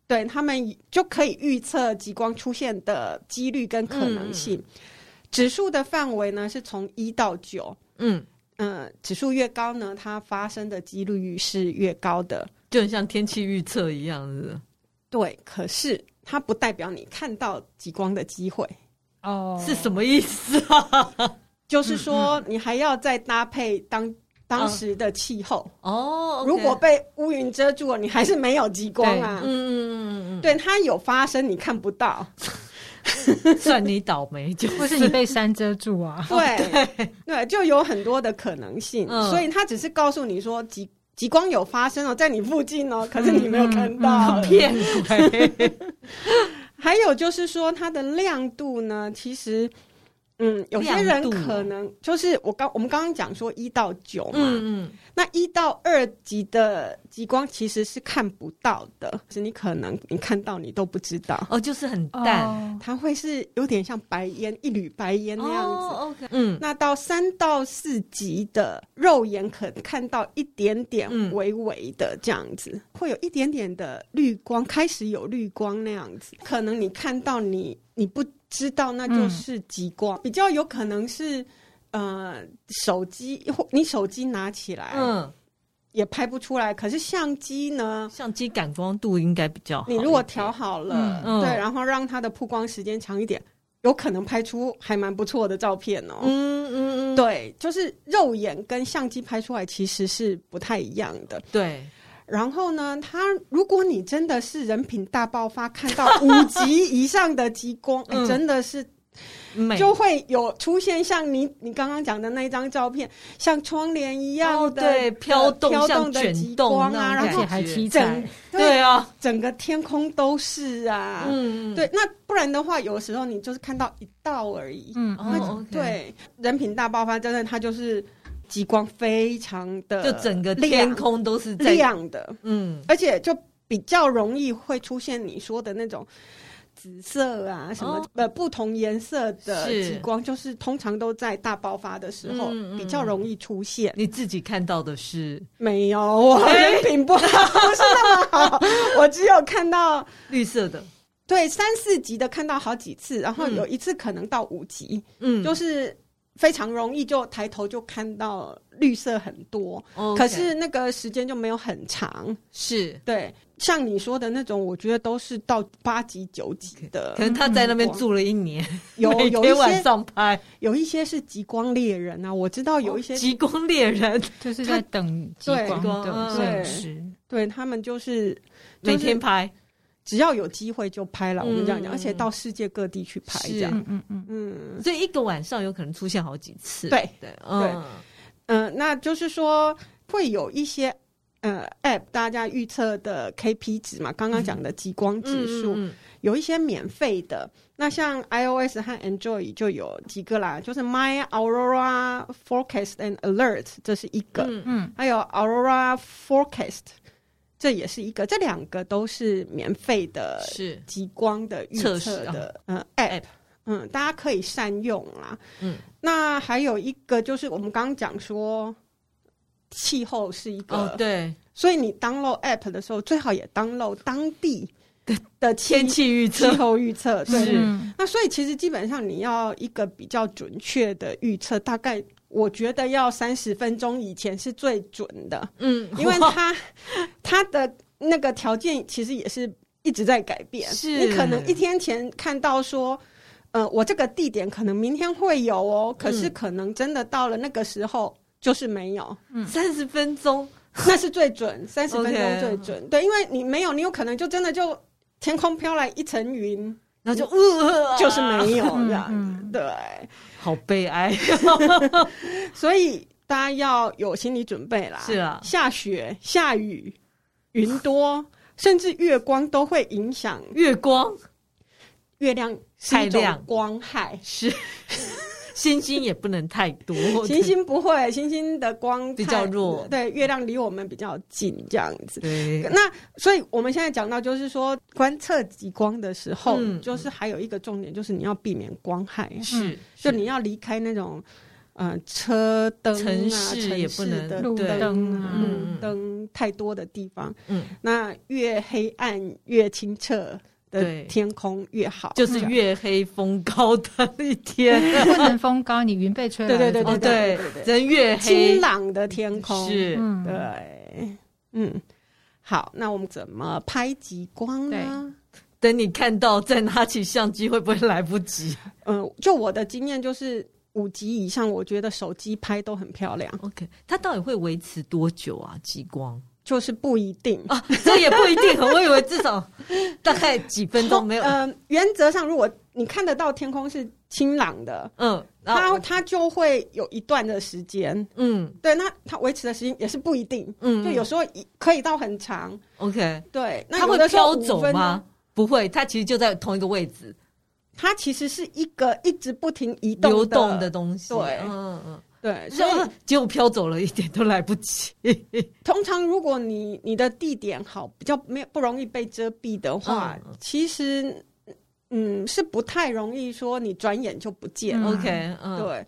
S1: 对他们就可以预测极光出现的几率跟可能
S2: 嗯
S1: 性。指数的范围呢是从一到九，
S2: 嗯，
S1: 嗯，指数越高呢，它发生的几率是越高的。
S2: 就很像天气预测一样，是不是
S1: 对，可是它不代表你看到极光的机会，
S3: 哦，
S2: 是什么意思啊？
S1: 就是
S2: 嗯
S1: 说你还要再搭配当当时的气候。
S2: 哦，OK，
S1: 如果被乌云遮住了，你还是没有极光啊
S2: 嗯。嗯嗯嗯
S1: 对，它有发生，你看不到。
S2: 嗯，算你倒霉，就
S3: 或是你被山遮住啊？
S1: 对对，就有很多的可能性。
S2: 哦嗯
S1: 所以它只是告诉你说极极光有发生哦，在你附近哦，可是你
S2: 嗯
S1: 没有看到。
S2: 骗鬼。
S1: 还有就是说，它的亮度呢，其实，嗯，有些
S2: 亮
S1: 人
S2: 度
S1: 可能就是我刚我们刚刚讲说一到九嘛，
S2: 嗯嗯，
S1: 那一到二级的极光其实是看不到的，是你可能你看到你都不知道，
S2: 哦，就是很淡。
S3: 哦，
S1: 它会是有点像白烟一缕白烟那样子。
S2: 哦，OK，嗯，
S1: 那到三到四级的肉眼可看到一点点
S2: 嗯
S1: 微微的这样子，会有一点点的绿光，开始有绿光那样子。可能你看到你你不知道那就是极光，比较有可能是呃手机或你手机拿起来、
S2: 嗯，
S1: 也拍不出来，可是相机呢？
S2: 相机感光度应该比较好一
S1: 你
S2: 点。
S1: 如果调好了，
S2: 嗯嗯
S1: 对，然后让它的曝光时间长一点，有可能拍出还蛮不错的照片哦。
S2: 嗯，嗯嗯嗯，
S1: 对，就是肉眼跟相机拍出来其实是不太一样的。
S2: 对，
S1: 然后呢，它如果你真的 是人品大爆发，看到五级以上的极光，哎
S2: 嗯
S1: 真的是
S2: 美
S1: 就会有出现像你你刚刚讲的那一张照片，像窗帘一样
S2: 哦
S1: 的、
S2: 对飘动
S1: 飘
S2: 像
S1: 动的
S2: 卷
S1: 极
S2: 动
S1: 光
S2: 那
S1: 啊，
S2: 种
S1: 然
S3: 而
S1: 后
S2: 感觉
S3: 且还七彩
S1: 整，
S2: 对啊，
S1: 整个天空都是啊，
S2: 嗯，嗯，
S1: 对，那不然的话，有时候你就是看到一道而已。
S3: 嗯，
S2: 哦
S1: 那
S2: OK
S1: 对，人品大爆发，真的它就是极光非常的
S2: 就整个
S1: 亮
S2: 天空都是在，
S1: 亮的，
S2: 嗯，
S1: 而且就比较容易会出现你说的那种紫色啊，什么、
S2: 哦
S1: 呃不同颜色的
S2: 是
S1: 极光，就是通常都在大爆发的时候、
S2: 嗯嗯
S1: 比较容易出现。
S2: 你自己看到的是
S1: 没有， 我
S2: 哎
S1: 人品不好，不是那么好，我只有看到。
S2: 绿色的，
S1: 对三四级的看到好几次，然后
S2: 嗯
S1: 有一次可能到五级，
S2: 嗯，
S1: 就是非常容易就抬头就看到绿色很多，
S2: OK，
S1: 可是那个时间就没有很长。
S2: 是。
S1: 对，像你说的那种，我觉得都是到八级九级的
S2: 可，能他在那边住了一年，
S1: 嗯有
S2: 每
S1: 有一
S2: 天晚
S1: 些
S2: 上拍，
S1: 有一些是极光猎人啊，我知道有一些、
S2: 极光猎人，
S3: 就是在等极
S1: 对
S3: 光
S2: 光
S3: 的
S2: 嗯
S3: 摄
S1: 对
S3: 影师。
S1: 对他们就是就是
S2: 每天拍，
S1: 只要有机会就拍了，我们这样讲，
S2: 嗯
S1: 而且到世界各地去拍
S2: 是
S1: 这样，
S3: 嗯嗯嗯，
S1: 嗯。
S2: 所以一个晚上有可能出现好几次。
S1: 对
S2: 对，嗯，
S1: 嗯，那就是说会有一些呃 App 大家预测的 KP 值嘛，刚刚讲的极光指数，
S2: 嗯嗯嗯
S1: 有一些免费的。那像 iOS 和 Android 就有几个啦，就是 My Aurora Forecast and Alert 这是一个，
S2: 嗯
S3: 嗯，
S1: 还有 Aurora Forecast 这也是一个，这两个都是免费的
S2: 是
S1: 极光的预
S2: 测
S1: 测
S2: 试啊
S1: 的嗯 app，
S2: App
S1: 嗯，大家可以善用啦。
S2: 嗯，
S1: 那还有一个就是我们刚刚讲说，气候是一个，
S2: 哦，对，
S1: 所以你 download app 的时候，最好也 download 当地的
S2: 天
S1: 气
S2: 气预
S1: 气
S2: 测
S1: 候预测，对。
S2: 是
S3: 嗯
S1: 那所以其实基本上你要一个比较准确的预测，大概我觉得要三十分钟以前是最准的。
S2: 嗯
S1: 因为
S2: 哇
S1: 它它的那个条件其实也是一直在改变。
S2: 是
S1: 你可能一天前看到说，呃，我这个地点可能明天会有哦，可
S2: 嗯
S1: 是可能真的到了那个时候。就是没有，
S2: 三十分钟，
S1: 那是最准，三十分
S2: OK
S1: 钟最准。对，因为你没有，你有可能就真的就天空飘来一层云，
S2: 然后就呃，
S1: 就是没有
S3: 嗯
S1: 这样子。
S3: 嗯
S1: 对，
S2: 好悲哀，
S1: 所以大家要有心理准备啦。
S2: 是啊
S1: 下雪、下雨、云 多，甚至月光都会影响
S2: 月光
S1: 月亮是一
S2: 太
S1: 种
S2: 亮
S1: 光害。
S2: 是星星也不能太多，
S1: 星星不会，星星的光
S2: 比
S1: 太
S2: 较弱
S1: 对，月亮离我们比较近，这样子。
S2: 对，
S1: 那所以我们现在讲到，就是说观测极光的时候，
S2: 嗯
S1: 就是还有一个重点，就是你要避免光害，啊
S2: 是
S1: 嗯就你要离开那种。呃，车灯啊，城
S2: 城市
S1: 市
S2: 也不能
S1: 的
S3: 路
S1: 灯
S3: 灯
S1: 啊
S3: 啊，
S1: 路灯太多的地方，
S2: 嗯，
S1: 那越黑暗越清澈的
S2: 对
S1: 天空越好。
S2: 就是月黑风高的一天，
S3: 不能风高，你云被吹来
S1: 对对
S3: 了
S1: 对
S3: 怎
S2: 哦
S3: 么办
S2: 对
S1: 对，对
S2: 人越
S1: 清
S2: 黑
S1: 朗的天空，
S2: 是
S3: 嗯，
S1: 对，嗯，好，那我们怎么拍极光呢？
S2: 等你看到再拿起相机会不会来不及
S1: 嗯，就我的经验就是五级以上，我觉得手机拍都很漂亮，
S2: ？OK，它到底会维持多久啊？极光？
S1: 就是不一定。
S2: 啊，这也不一定。我以为至少大概几分钟没有，
S1: 嗯、原则上，如果你看得到天空是清朗的，
S2: 嗯，然
S1: 它
S2: 后
S1: 它就会有一段的时间。
S2: 嗯
S1: 对，那它维持的时间也是不一定，
S2: 嗯，
S1: 就有时候一可以到很长。
S2: OK，
S1: 对，那
S2: 它会
S1: 有的时候
S2: 飘走
S1: 5分钟
S2: 吗？？不会，它其实就在同一个位置
S1: 它其实是一个一直不停移动
S2: 流动的东西。
S1: 对
S2: 嗯嗯
S1: 对，
S2: 嗯，
S1: 所
S2: 所
S1: 以
S2: 以结果飘走了一点都来不及。
S1: 通常如果你你的地点好，比较没有不容易被遮蔽的话，
S2: 嗯
S1: 其实嗯是不太容易说你转眼就不见了。
S3: 嗯
S2: OK，嗯，
S1: 对，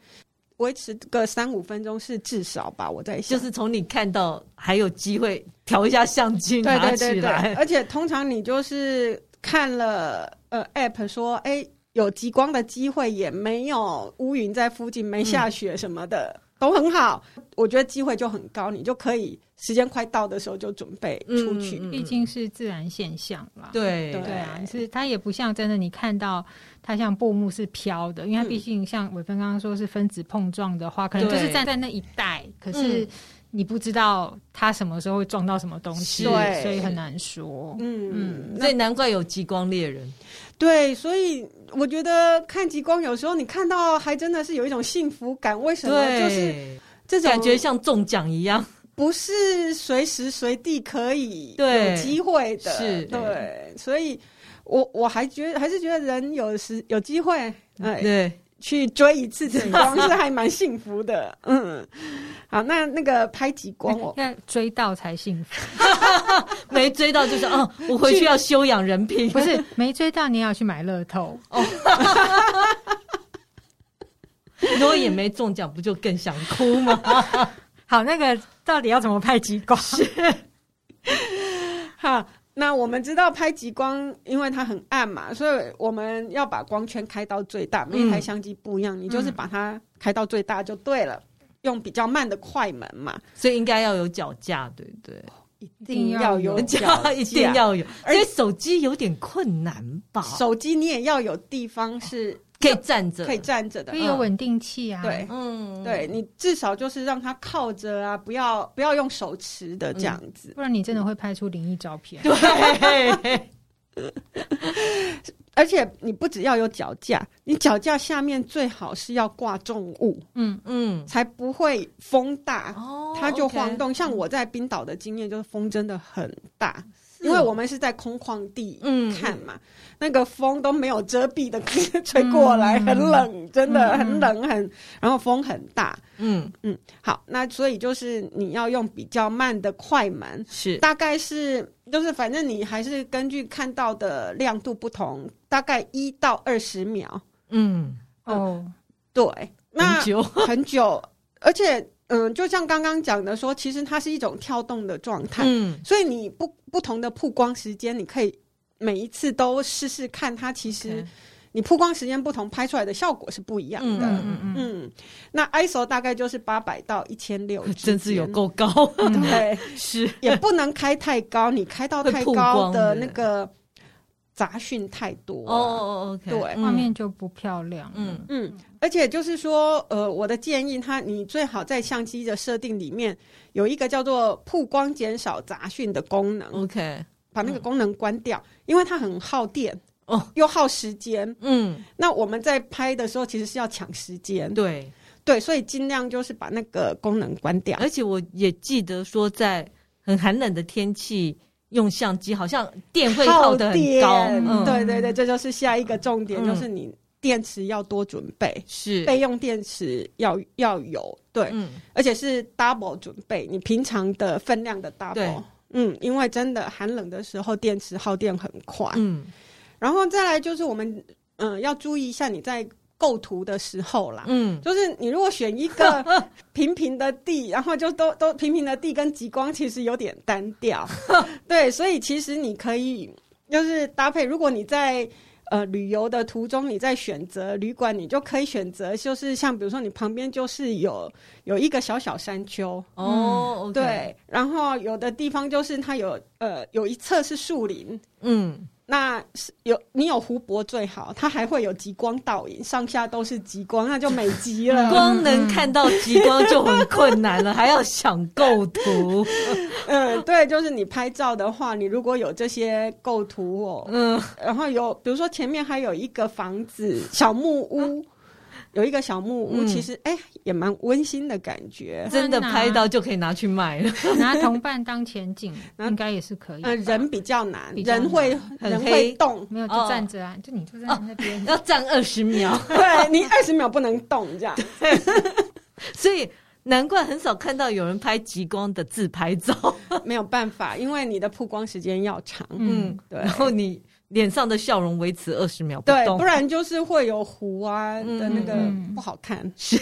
S1: 维持个三五分钟是至少吧，我在
S2: 就
S1: 想。
S2: 是从你看到还有机会调一下相机
S1: 对
S2: 拿
S1: 对
S2: 起
S1: 对对，
S2: 来，
S1: 而且通常你就是看了呃 app 说，哎，有极光的机会，也没有乌云在附近，
S2: 嗯
S1: 没下雪什么的。都很好，我觉得机会就很高，你就可以时间快到的时候就准备出去。
S2: 嗯嗯嗯
S3: 毕竟是自然现象啦。
S2: 对
S1: 对
S3: 对啊，是它也不像真的，你看到它像布幕是飘的，因为它
S1: 嗯
S3: 毕竟像伟芬刚刚说是分子碰撞的话，可能就
S2: 对
S3: 是站在那一带，可是
S2: 嗯
S3: 你不知道它什么时候会撞到什么东西，
S2: 是
S1: 对
S3: 所以很难说。
S1: 嗯，
S2: 所以难怪有极光猎人。
S1: 对，所以我觉得看极光有时候你看到还真的是有一种幸福感。为什么？就是
S2: 对，
S1: 这种
S2: 感觉像中奖一样。
S1: 不是随时随地可以
S2: 对
S1: 有机会的，
S2: 是
S1: 对，所以我我还觉得还是觉得人有时有机会，哎，
S2: 嗯对，
S1: 去追一次极光 是还蛮幸福的，嗯。好，那那个拍极光
S2: 哎
S1: 哦，
S3: 哎要追到才幸福，
S2: 没追到就是哦，我回去要修养人品。
S3: 不是没追到你也要去买乐透，
S2: 如果也没中奖，不就更想哭吗？
S3: 好，那个到底要怎么拍极光？
S1: 好，那我们知道拍极光，因为它很暗嘛，所以我们要把光圈开到最
S2: 嗯
S1: 大。每一台相机不一样，你就是把它开到最大就对了，用比较慢的快门嘛，
S2: 所以应该要有脚架，对不对？
S1: 一
S3: 定
S1: 定
S3: 要
S1: 要
S3: 有
S1: 有脚
S2: 脚
S1: 架，
S2: 一定要有，
S1: 而
S2: 所以手机有点困难吧？
S1: 手机你也要有地方
S3: 哦
S1: 是
S2: 可以站着，
S1: 可以站着的
S3: 因，为有稳定器啊，
S1: 对
S2: 嗯，
S1: 对你至少就是让它靠着啊，不要不要用手持的这样子。
S3: 不然你真的会拍出灵异照片。
S2: 对，
S1: 而且你不只要有脚架，你脚架下面最好是要挂重物，
S3: 嗯，
S2: 嗯，
S1: 才不会风大，
S2: 哦
S1: 它就晃，动。像我在冰岛的经验就是风真的很大，因为我们是在空旷地
S2: 嗯
S1: 看嘛，那个风都没有遮蔽的吹过来，
S3: 嗯
S1: 很冷，真的
S3: 嗯
S1: 很冷，很然后风很大。
S2: 嗯，
S1: 嗯，好，那所以就是你要用比较慢的快门，
S2: 是
S1: 大概是就是反正你还是根据看到的亮度不同，大概一到二十秒，
S2: 嗯，
S3: 哦，
S1: 对，那
S2: 很久，
S1: 很久，而且嗯，就像刚刚讲的说，其实它是一种跳动的状态，
S2: 嗯，
S1: 所以你不不同的曝光时间，你可以每一次都试试看，它其实你曝光时间不同，拍出来的效果是不一样的。
S3: 嗯
S1: 嗯
S3: 嗯嗯
S1: 那 ISO 大概就是八百到一千六，
S2: 真是有够高，
S3: 嗯，
S1: 哦对。
S2: 是
S1: 也不能开太高，你开到太
S2: 会曝光
S1: 高
S2: 的
S1: 的那个杂讯太多
S2: 哦
S1: 了。
S2: 哦，OK，
S1: 对
S3: 画面就不漂亮。
S2: 嗯
S3: 嗯，
S1: 嗯，而且就是说，呃，我的建议它，你最好在相机的设定里面有一个叫做曝光减少杂讯的功能，
S2: ，OK，
S1: 把那个功能关掉，因为它很耗电
S2: 嗯哦，
S1: 又耗时间。
S2: 嗯，
S1: 那我们在拍的时候其实是要抢时间，
S2: 对，
S1: 对，所以尽量就是把那个功能关掉。
S2: 而且我也记得说，在很寒冷的天气用相机，好像电会耗得很
S1: 电
S2: 高，
S3: 嗯
S1: 对对对，这就是下一个重点，
S2: 嗯
S1: 就是你电池要多准备，
S2: 是，
S1: 备用电池要要有，对，
S2: 嗯，
S1: 而且是 double 准备，你平常的分量的
S2: 对
S1: double。嗯，因为真的寒冷的时候，电池耗电很快。
S2: 嗯
S1: 然后再来就是我们，嗯、要注意一下你在构图的时候啦。
S2: 嗯，
S1: 就是你如果选一个平平的地，然后就都都平平的地跟极光其实有点单调，对，所以其实你可以就是搭配，如果你在呃旅游的途中，你在选择旅馆，你就可以选择就是像比如说你旁边就是有有一个小小山丘，
S2: 哦，OK，
S1: 对，然后有的地方就是它有呃有一侧是树林。
S2: 嗯，
S1: 那是有你有湖泊最好，它还会有极光倒影，上下都是极光，那就美极 了。
S2: 光能看到极光就很困难了，还要想构图，
S1: 嗯，对，就是你拍照的话，你如果有这些构图哦，
S2: 嗯，
S1: 然后有比如说前面还有一个房子小木屋，有一个小木屋，
S2: 啊嗯
S1: 其实哎也蛮温馨的感觉。
S2: 真的拍到就可以拿去卖了，
S3: 拿同伴当前景，应该也是可
S2: 嗯
S3: 以吧。
S1: 呃，人比较难，
S3: 比较难，
S1: 人会
S2: 很
S1: 人
S2: 黑
S1: 会 动
S3: 没有就站着啊，就你就在那边。
S2: 要站二十秒，
S1: 对你二十秒不能动这样。
S2: 所以难怪很少看到有人拍极光的自拍照，
S1: 没有办法，因为你的曝光时间要长，
S2: 嗯
S3: 嗯，
S1: 对
S2: 然后你脸上的笑容维持二十秒不
S1: 对，
S2: 动
S1: 不，然就是会有糊啊
S2: 嗯
S1: 的那个
S3: 嗯
S1: 不好看。 是，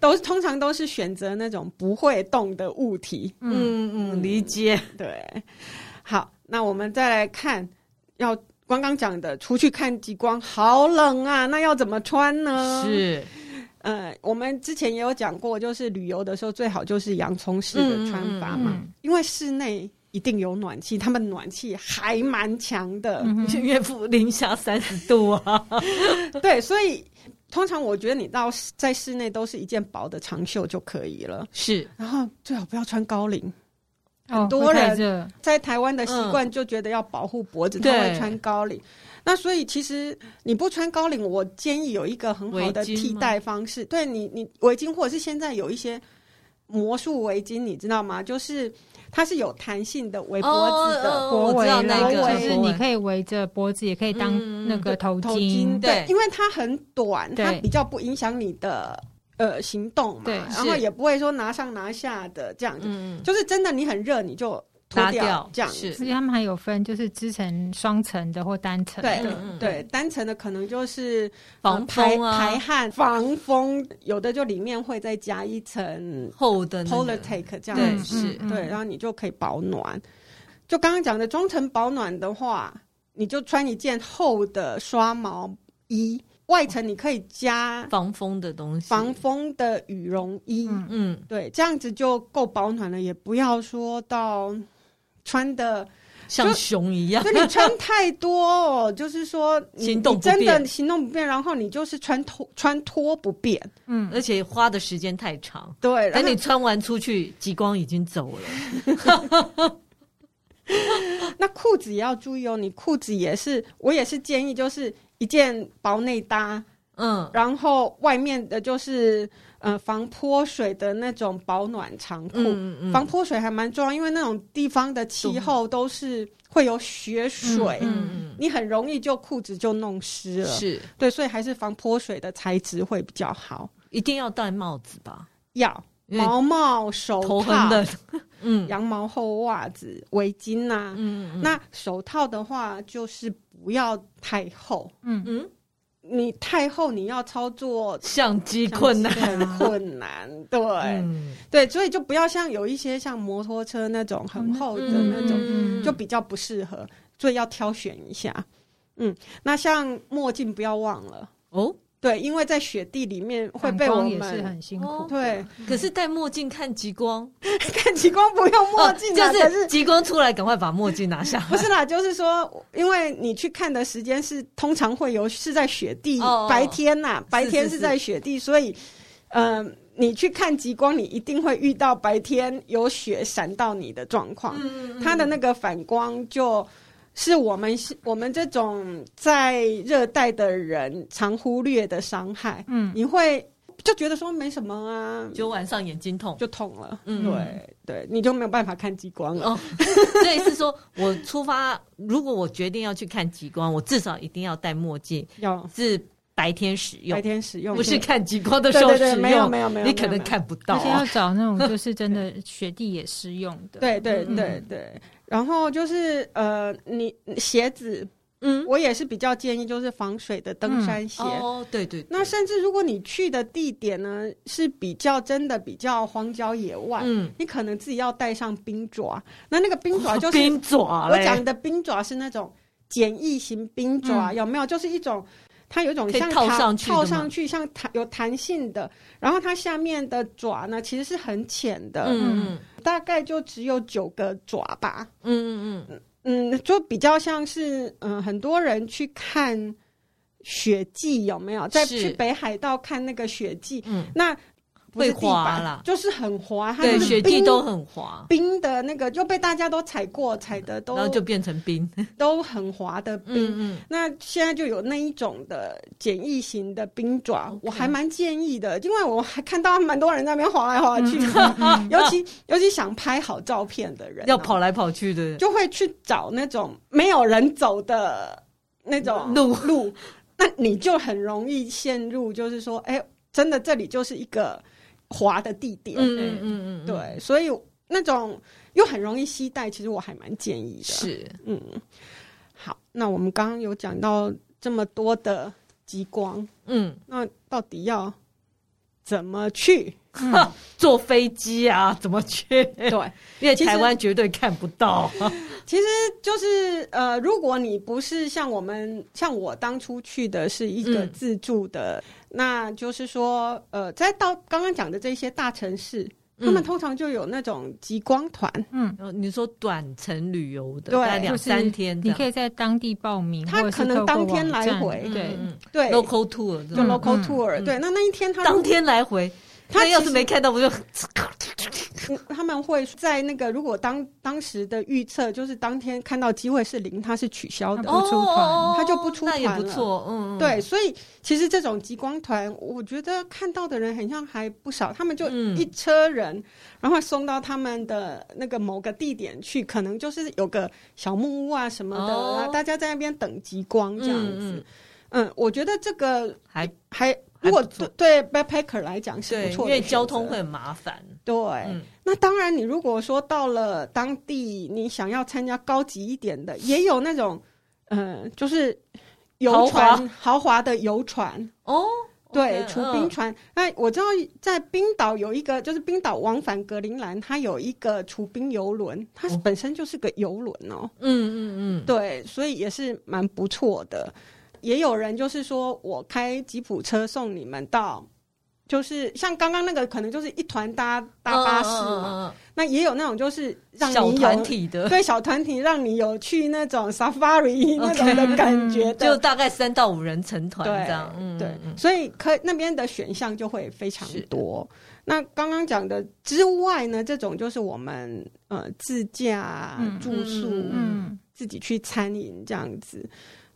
S1: 都是通常都是选择那种不会动的物体，
S3: 嗯，
S2: 嗯嗯，理解，
S1: 对，好，那我们再来看，要刚刚讲的，出去看极光，好冷啊，那要怎么穿呢？，
S2: 是，
S1: 呃，我们之前也有讲过，就是旅游的时候最好就是洋葱式的穿法嘛，
S3: 嗯嗯嗯
S1: 因为室内一定有暖气，他们暖气还蛮强的，
S3: 嗯哼
S2: 岳父零下三十度啊，
S1: 对，所以。通常我觉得你到在室内都是一件薄的长袖就可以了，
S2: 是
S1: 然后最好不要穿高领，
S3: 哦
S1: 很多人
S3: 人
S1: 在台湾的习惯就觉得要保护脖子，
S2: 嗯
S1: 他
S2: 对
S1: 会穿高领。那所以其实你不穿高领，我建议有一个很好的
S2: 围巾吗
S1: 替代方式。对你，你围巾或者是现在有一些魔术围巾，你知道吗？就是它是有弹性的围 脖子的。
S2: 哦
S3: 脖
S2: 我
S3: 围
S2: 知道
S3: 啦，
S2: 那个
S3: 就是你可以围着脖子，也可以当
S2: 嗯
S3: 那个头
S1: 头巾
S2: 对
S1: 对，因为它很短，
S3: 对
S1: 它比较不影响你的呃行动嘛，
S3: 对
S1: 然后
S2: 是
S1: 也不会说拿上拿下的这样子，
S2: 嗯，
S1: 就是真的你很热你就脱
S2: 拿掉
S1: 这样
S2: 是
S1: 子，
S3: 而且他们还有分，就是织成双层的或单层
S1: 对
S3: 的。
S2: 嗯嗯
S1: 对，单层的可能就是呃
S2: 防
S1: 排
S2: 风啊
S1: 排，汗、防风，有的就里面会再加一层
S2: 厚的那
S1: p o l i
S2: 个
S1: t i c 这样
S2: 对
S1: 子，
S2: 是
S3: 嗯
S1: 对，然后你就可以保暖。就刚刚讲的中层保暖的话，你就穿一件厚的刷毛衣，外层你可以加
S2: 防风的东西，
S1: 防风的羽绒衣，
S3: 嗯
S2: 嗯，
S1: 对，这样子就够保暖了，也不要说到穿 的，
S2: 像熊一样
S1: 就，你穿太多哦，就是说你
S2: 行动
S1: 你
S2: 不
S1: 真的
S2: 便
S1: 行动不便，然后你就是穿脱穿脱不便，
S3: 嗯，
S2: 而且花的时间太长。
S1: 对，然
S2: 等
S1: 后
S2: 哎你穿完出去，极光已经走了。
S1: 那裤子也要注意哦，你裤子也是，我也是建议就是一件薄内搭，
S2: 嗯，
S1: 然后外面的就是呃防泼水的那种保暖长裤。
S2: 嗯嗯
S1: 防泼水还蛮重要，因为那种地方的气候都是会有雪水，
S2: 嗯
S1: 你很容易就裤子就弄湿
S2: 嗯，
S1: 了。
S2: 是
S1: 对，所以还是防泼水的材质会比较好。
S2: 一定要戴帽子吧？
S1: 要
S2: 因为
S1: 毛帽、手
S2: 头
S1: 套
S2: 很、冷。 嗯
S1: 羊毛厚袜子、围巾呐、
S2: 嗯嗯
S1: 那手套的话，就是不要太厚，
S3: 嗯，
S2: 嗯，
S1: 你太厚你要操作
S2: 相机困难。
S1: 很困难，对、
S2: 嗯
S1: 对，所以就不要像有一些像摩托车那种很厚的那种，
S2: 哦嗯
S1: 就比较不适合，所以要挑选一下。嗯，那像墨镜不要忘了，
S2: 哦，
S1: 对，因为在雪地里面会被
S3: 反
S1: 我
S3: 光也是
S1: 们
S3: 很辛苦
S2: 哦。
S1: 对
S2: 可是戴墨镜看极光，
S1: 看极光不用墨镜、啊
S2: 哦就
S1: 可
S2: 是
S1: 是。
S2: 极光出来，赶快把墨镜拿下来。
S1: 不是啦，就是说，因为你去看的时间是通常会有是在雪地，
S2: 哦哦
S1: 白天呐、白天
S2: 是
S1: 是在雪地，所以，嗯、你去看极光，你一定会遇到白天有雪闪到你的状况。
S2: 嗯，嗯
S1: 它的那个反光就是我们我们这种在热带的人常忽略的伤害，
S3: 嗯，
S1: 你会就觉得说没什么啊，
S2: 就晚上眼睛痛。
S1: 就痛了，
S2: 嗯
S1: 对对，你就没有办法看极光了。
S2: 哦，所以是说我出发，如果我决定要去看极光，我至少一定要戴墨镜，
S1: 要
S2: 是白天使用
S1: 白，天使用
S2: 不是看极光的
S1: 对
S2: 时候
S1: 对
S2: 使
S1: 对，
S2: 用。
S1: 没有没有没有，
S2: 你可
S1: 没
S2: 能
S1: 有。
S2: 看不到
S3: 而且要
S2: 啊、
S3: 找那种就是真的雪地也适用的。
S1: 对对
S2: 嗯
S1: 对对，然后就是呃，你鞋子，
S2: 嗯，
S1: 我也是比较建议就是防水的登山鞋。
S2: 哦，对对对
S1: 那甚至如果你去的地点呢是比较真的比较荒郊野外，
S2: 嗯，
S1: 你可能自己要带上冰爪。那那个冰爪就是
S2: 哦冰爪
S1: 我
S2: 嘞，
S1: 讲的冰爪是那种简易型冰爪，有没有？就是一种它有一种
S2: 嗯可以
S1: 像
S2: 套
S1: 弹
S2: 上去的
S1: 套
S2: 吗
S1: 上去像弹有弹性的，然后它下面的爪呢其实是很浅的，
S2: 嗯嗯
S1: 大概就只有九个爪吧。
S2: 嗯嗯嗯，
S1: 嗯，就比较像是嗯、呃很多人去看雪季有没有？在
S2: 是
S1: 去北海道看那个雪季，
S2: 嗯
S1: 那不是
S2: 会
S1: 地
S2: 滑
S1: 板
S2: 啦
S1: 就是很滑，它
S2: 对，
S1: 就是
S2: 雪地
S1: 冰
S2: 都很滑，
S1: 冰的那个就被大家都踩过，踩的
S2: 然
S1: 都
S2: 后就变成冰。
S1: 都很滑的冰。
S2: 嗯嗯，
S1: 那现在就有那一种的简易型的冰爪
S2: OK
S1: 我还蛮建议的，因为我还看到蛮多人在那边滑来滑去，
S3: 嗯
S1: 尤其尤其想拍好照片的人、
S2: 嗯
S1: 啊
S2: 要跑，来跑去的，
S1: 就会去找那种没有人走的那种
S2: 路
S1: 路，那你就很容易陷入，就是说，哎、真的这里就是一个滑的地点，
S2: 嗯嗯嗯嗯，
S1: 对，所以那种又很容易携带，其实我还蛮建议的。
S2: 是
S1: 嗯，好，那我们刚刚有讲到这么多的极光，
S2: 嗯，
S1: 那到底要怎么去？
S3: 嗯
S2: 坐飞机啊，怎么去？
S1: 对，
S2: 因为
S1: 其实
S2: 台湾绝对看不 到。
S1: 其实就是呃，如果你不是像我们像我当初去的是一个
S2: 嗯
S1: 自助的，那就是说呃，在到刚刚讲的这些大城市，
S2: 嗯
S1: 他们通常就有那种极光团，
S3: 嗯，
S2: 哦你说短程旅游的，
S1: 对
S2: 大概两
S3: 就是
S2: 三天这
S3: 你
S2: 样，
S3: 可以在当地报名，
S1: 他
S3: 或者是
S1: 可能
S3: 透过
S1: 当天
S3: 网
S1: 来
S3: 站
S1: 回
S2: 嗯
S3: 对，
S2: 嗯
S1: 对，
S2: local tour 这
S1: 哎就
S2: 种
S1: local
S3: 嗯
S1: tour，、对，那那一天他
S2: 当天来回。
S1: 他
S2: 那要
S1: 其
S2: 是
S1: 实
S2: 没看到，不就
S1: 嗯他们会在那个如果当当时的预测就是当天看到机会是零，它是取消的。
S3: 不
S2: 哦
S3: 出团
S1: 他哦就不出
S2: 那也
S1: 团
S2: 不
S1: 了
S2: 错，嗯，嗯
S1: 对，，所以其实这种极光团，我觉得看到的人很像还不少，他们就
S2: 嗯
S1: 一车人，然后送到他们的那个某个地点去，可能就是有个小木屋啊什么的，
S2: 哦
S1: 然后大家在那边等极光这样
S2: 嗯
S1: 子
S2: 嗯。
S1: 嗯我觉得这个
S2: 还
S1: 还
S2: 还
S1: 如果
S2: 不错
S1: 对对 backpacker 来讲是
S2: 对，
S1: 不
S2: 因
S1: 错的选择，
S2: 为交通会很麻烦，
S1: 对。
S2: 嗯，
S1: 那当然，你如果说到了当地，你想要参加高级一点的，也有那种，嗯、就是游船
S2: 豪华
S1: 豪华的游船，
S2: 哦，
S1: 对，
S2: OK，
S1: 除
S2: 嗯
S1: 冰船。那、我知道在冰岛有一个，就是冰岛往返格陵兰，它有一个除冰游轮，它
S2: 哦
S1: 本身就是个游轮哦。
S2: 嗯嗯嗯，
S1: 对，所以也是蛮不错的。也有人就是说我开吉普车送你们到，就是像刚刚那个，可能就是一团搭搭巴士嘛。
S2: 嘛，
S1: 那也有那种就是让
S2: 嗯小
S1: 你
S2: 团
S1: 有
S2: 体的，
S1: 对小团体，让你有去那种 safari 那种的感觉
S2: 就
S1: 的，
S2: 大概三到五人成团
S1: 对
S2: 这样，嗯，
S1: 对
S2: 嗯，
S1: 所以可那边的选项就会非常多。那刚刚讲的之外呢，这种就是我们呃自驾
S3: 嗯、
S1: 住宿、
S3: 嗯，
S1: 自己去餐饮这样子。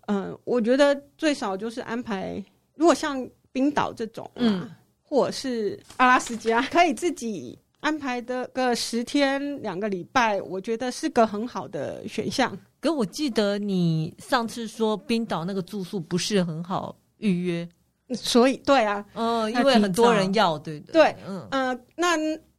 S1: 嗯、我觉得最少就是安排，如果像冰岛这种啊，
S2: 嗯
S1: 或者是阿拉斯加，可以自己安排的个十天两个礼拜，我觉得是个很好的选项。
S2: 可我记得你上次说冰岛那个住宿不是很好预约，
S1: 所以，对啊，
S2: 嗯，
S3: 要
S2: 因为
S3: 提
S2: 很多
S3: 早
S2: 人要，对不
S1: 对，
S2: 嗯
S1: 呃，那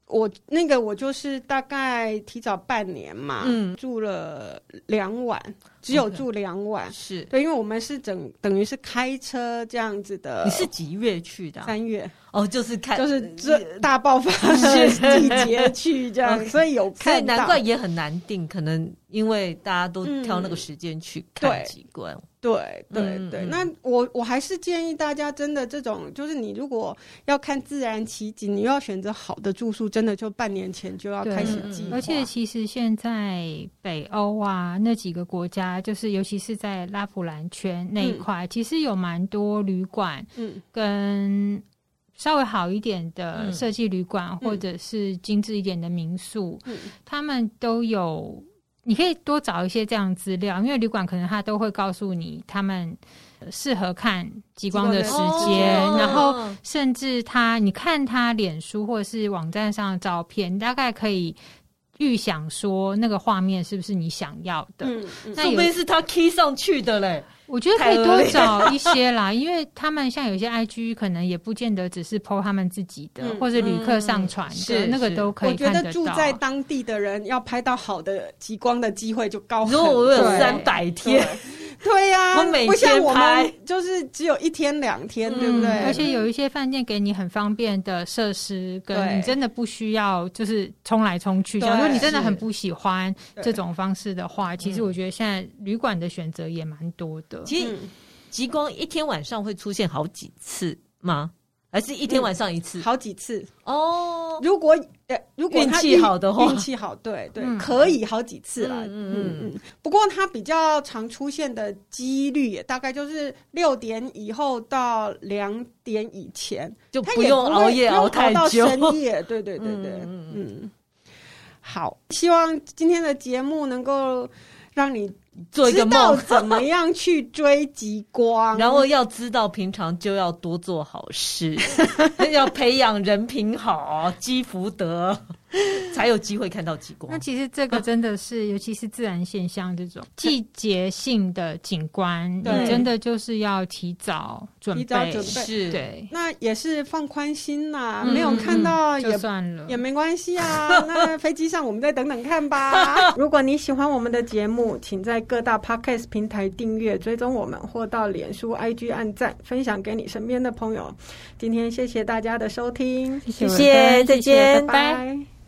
S1: 我那个我就是大概提早半年嘛，
S2: 嗯哦
S1: 住了两晚，只有
S2: OK
S1: 住两晚。
S2: 是。
S1: 对，因为我们是整等于是开车这样子的，
S2: 你是几月去的啊、
S1: 三月，
S2: 哦，就是看，
S1: 就是这大爆 发的季节去这样，
S2: OK
S1: 所以有
S2: 所以
S1: 看到。
S2: 难怪也很难定，可能因为大家都挑那个时间去看
S1: 对
S2: 极光。
S1: 对对
S2: 嗯
S1: 对，
S2: 嗯
S1: 那我我还是建议大家真的这种，就是你如果要看自然奇景，你要选择好的住宿，真的就半年前就要
S3: 对
S1: 开
S2: 嗯
S1: 始计划。嗯
S3: 而且其实现在北欧啊那几个国家，就是尤其是在拉普兰圈那一块，其实有蛮多旅馆
S1: 嗯
S3: 跟稍微好一点的
S2: 嗯
S3: 设计旅馆，或者是精致一点的民宿，
S1: 嗯
S3: 他们都有。你可以多找一些这样的资料，因为旅馆可能他都会告诉你他们呃适合看极光的
S1: 极
S3: 时
S1: 光的
S3: 间，
S1: 时间哦
S3: 然后甚至他，你看他脸书或是网站上的照片，你大概可以预想说那个画面是不是你想要的。
S1: 嗯嗯
S3: 那
S2: 说不
S3: 有
S2: 定是他 key 上去的嘞。
S3: 我觉得可以
S2: 太恶
S3: 多
S2: 劣
S3: 找一些啦，因为他们像有些 IG 可能也不见得只是 PO 他们自己的，
S1: 嗯
S3: 或是旅客上传
S2: 嗯
S3: 的、
S2: 是
S3: 那个
S2: 是
S3: 都可
S1: 我
S3: 以
S1: 觉
S3: 看
S1: 得
S3: 得
S1: 住
S3: 到。
S1: 在当地的人要拍到好的极光的机会就高很
S2: 如
S1: 多。
S2: 果我有
S3: 对
S2: 三百
S1: 对
S2: 天，
S1: 对呀、
S2: 我每
S1: 不像
S2: 天
S1: 我
S2: 拍
S1: 们就是只有一天两天，对不
S3: 嗯
S1: 对？
S3: 而且有一些饭店给你很方便的设施，
S1: 对
S3: 跟你真的不需要就是冲来冲去。
S1: 对
S3: 假如你真的很
S2: 是
S3: 不喜欢
S1: 对
S3: 这种方式的话，其实
S2: 嗯
S3: 我觉得现在旅馆的选择也蛮多的。
S2: 其实
S1: 嗯
S2: 极光一天晚上会出现好几次吗？还是一天晚上一次？
S1: 好几次，
S2: 哦，
S1: 如果呃，如果
S2: 嗯运
S1: 他
S2: 气好的话
S1: 运气好，对对，
S3: 嗯
S1: 可以好几次啦。
S2: 嗯
S1: 嗯
S2: 嗯
S1: 嗯嗯。不过它比较常出现的几率也大概就是六点以后到两点以前，
S2: 就
S1: 它也
S2: 不用
S1: 会
S2: 熬夜
S1: 不用
S2: 熬太
S1: 到
S2: 久。
S1: 深夜。对对对对，
S2: 嗯
S1: 嗯。好，希望今天的节目能够让你
S2: 做一个
S1: 知道
S2: 梦，
S1: 怎么样去追极光，
S2: 然后要知道平常就要多做好 事，要培养人品好、积福德， 才有机会看到极光
S3: 那。其实这个真的是，尤其是自然现象这种季节性的景观，你
S1: 对
S3: 真的就是要提早准
S1: 提早
S3: 备，
S1: 准备
S2: 是，
S3: 对，
S1: 那也是放宽心啦，
S3: 嗯
S1: 没有看到
S3: 就
S1: 也
S3: 算了
S1: 也。没关系 啊，那飞机上我们再等等看吧。如果你喜欢我们的节目，请在各大 podcast 平台订阅、追踪我们，或到脸书、IG 按赞，分享给你身边的朋友。今天谢谢大家的收听，
S3: 谢
S2: 谢谢
S3: 文哥
S2: 再见
S1: 拜拜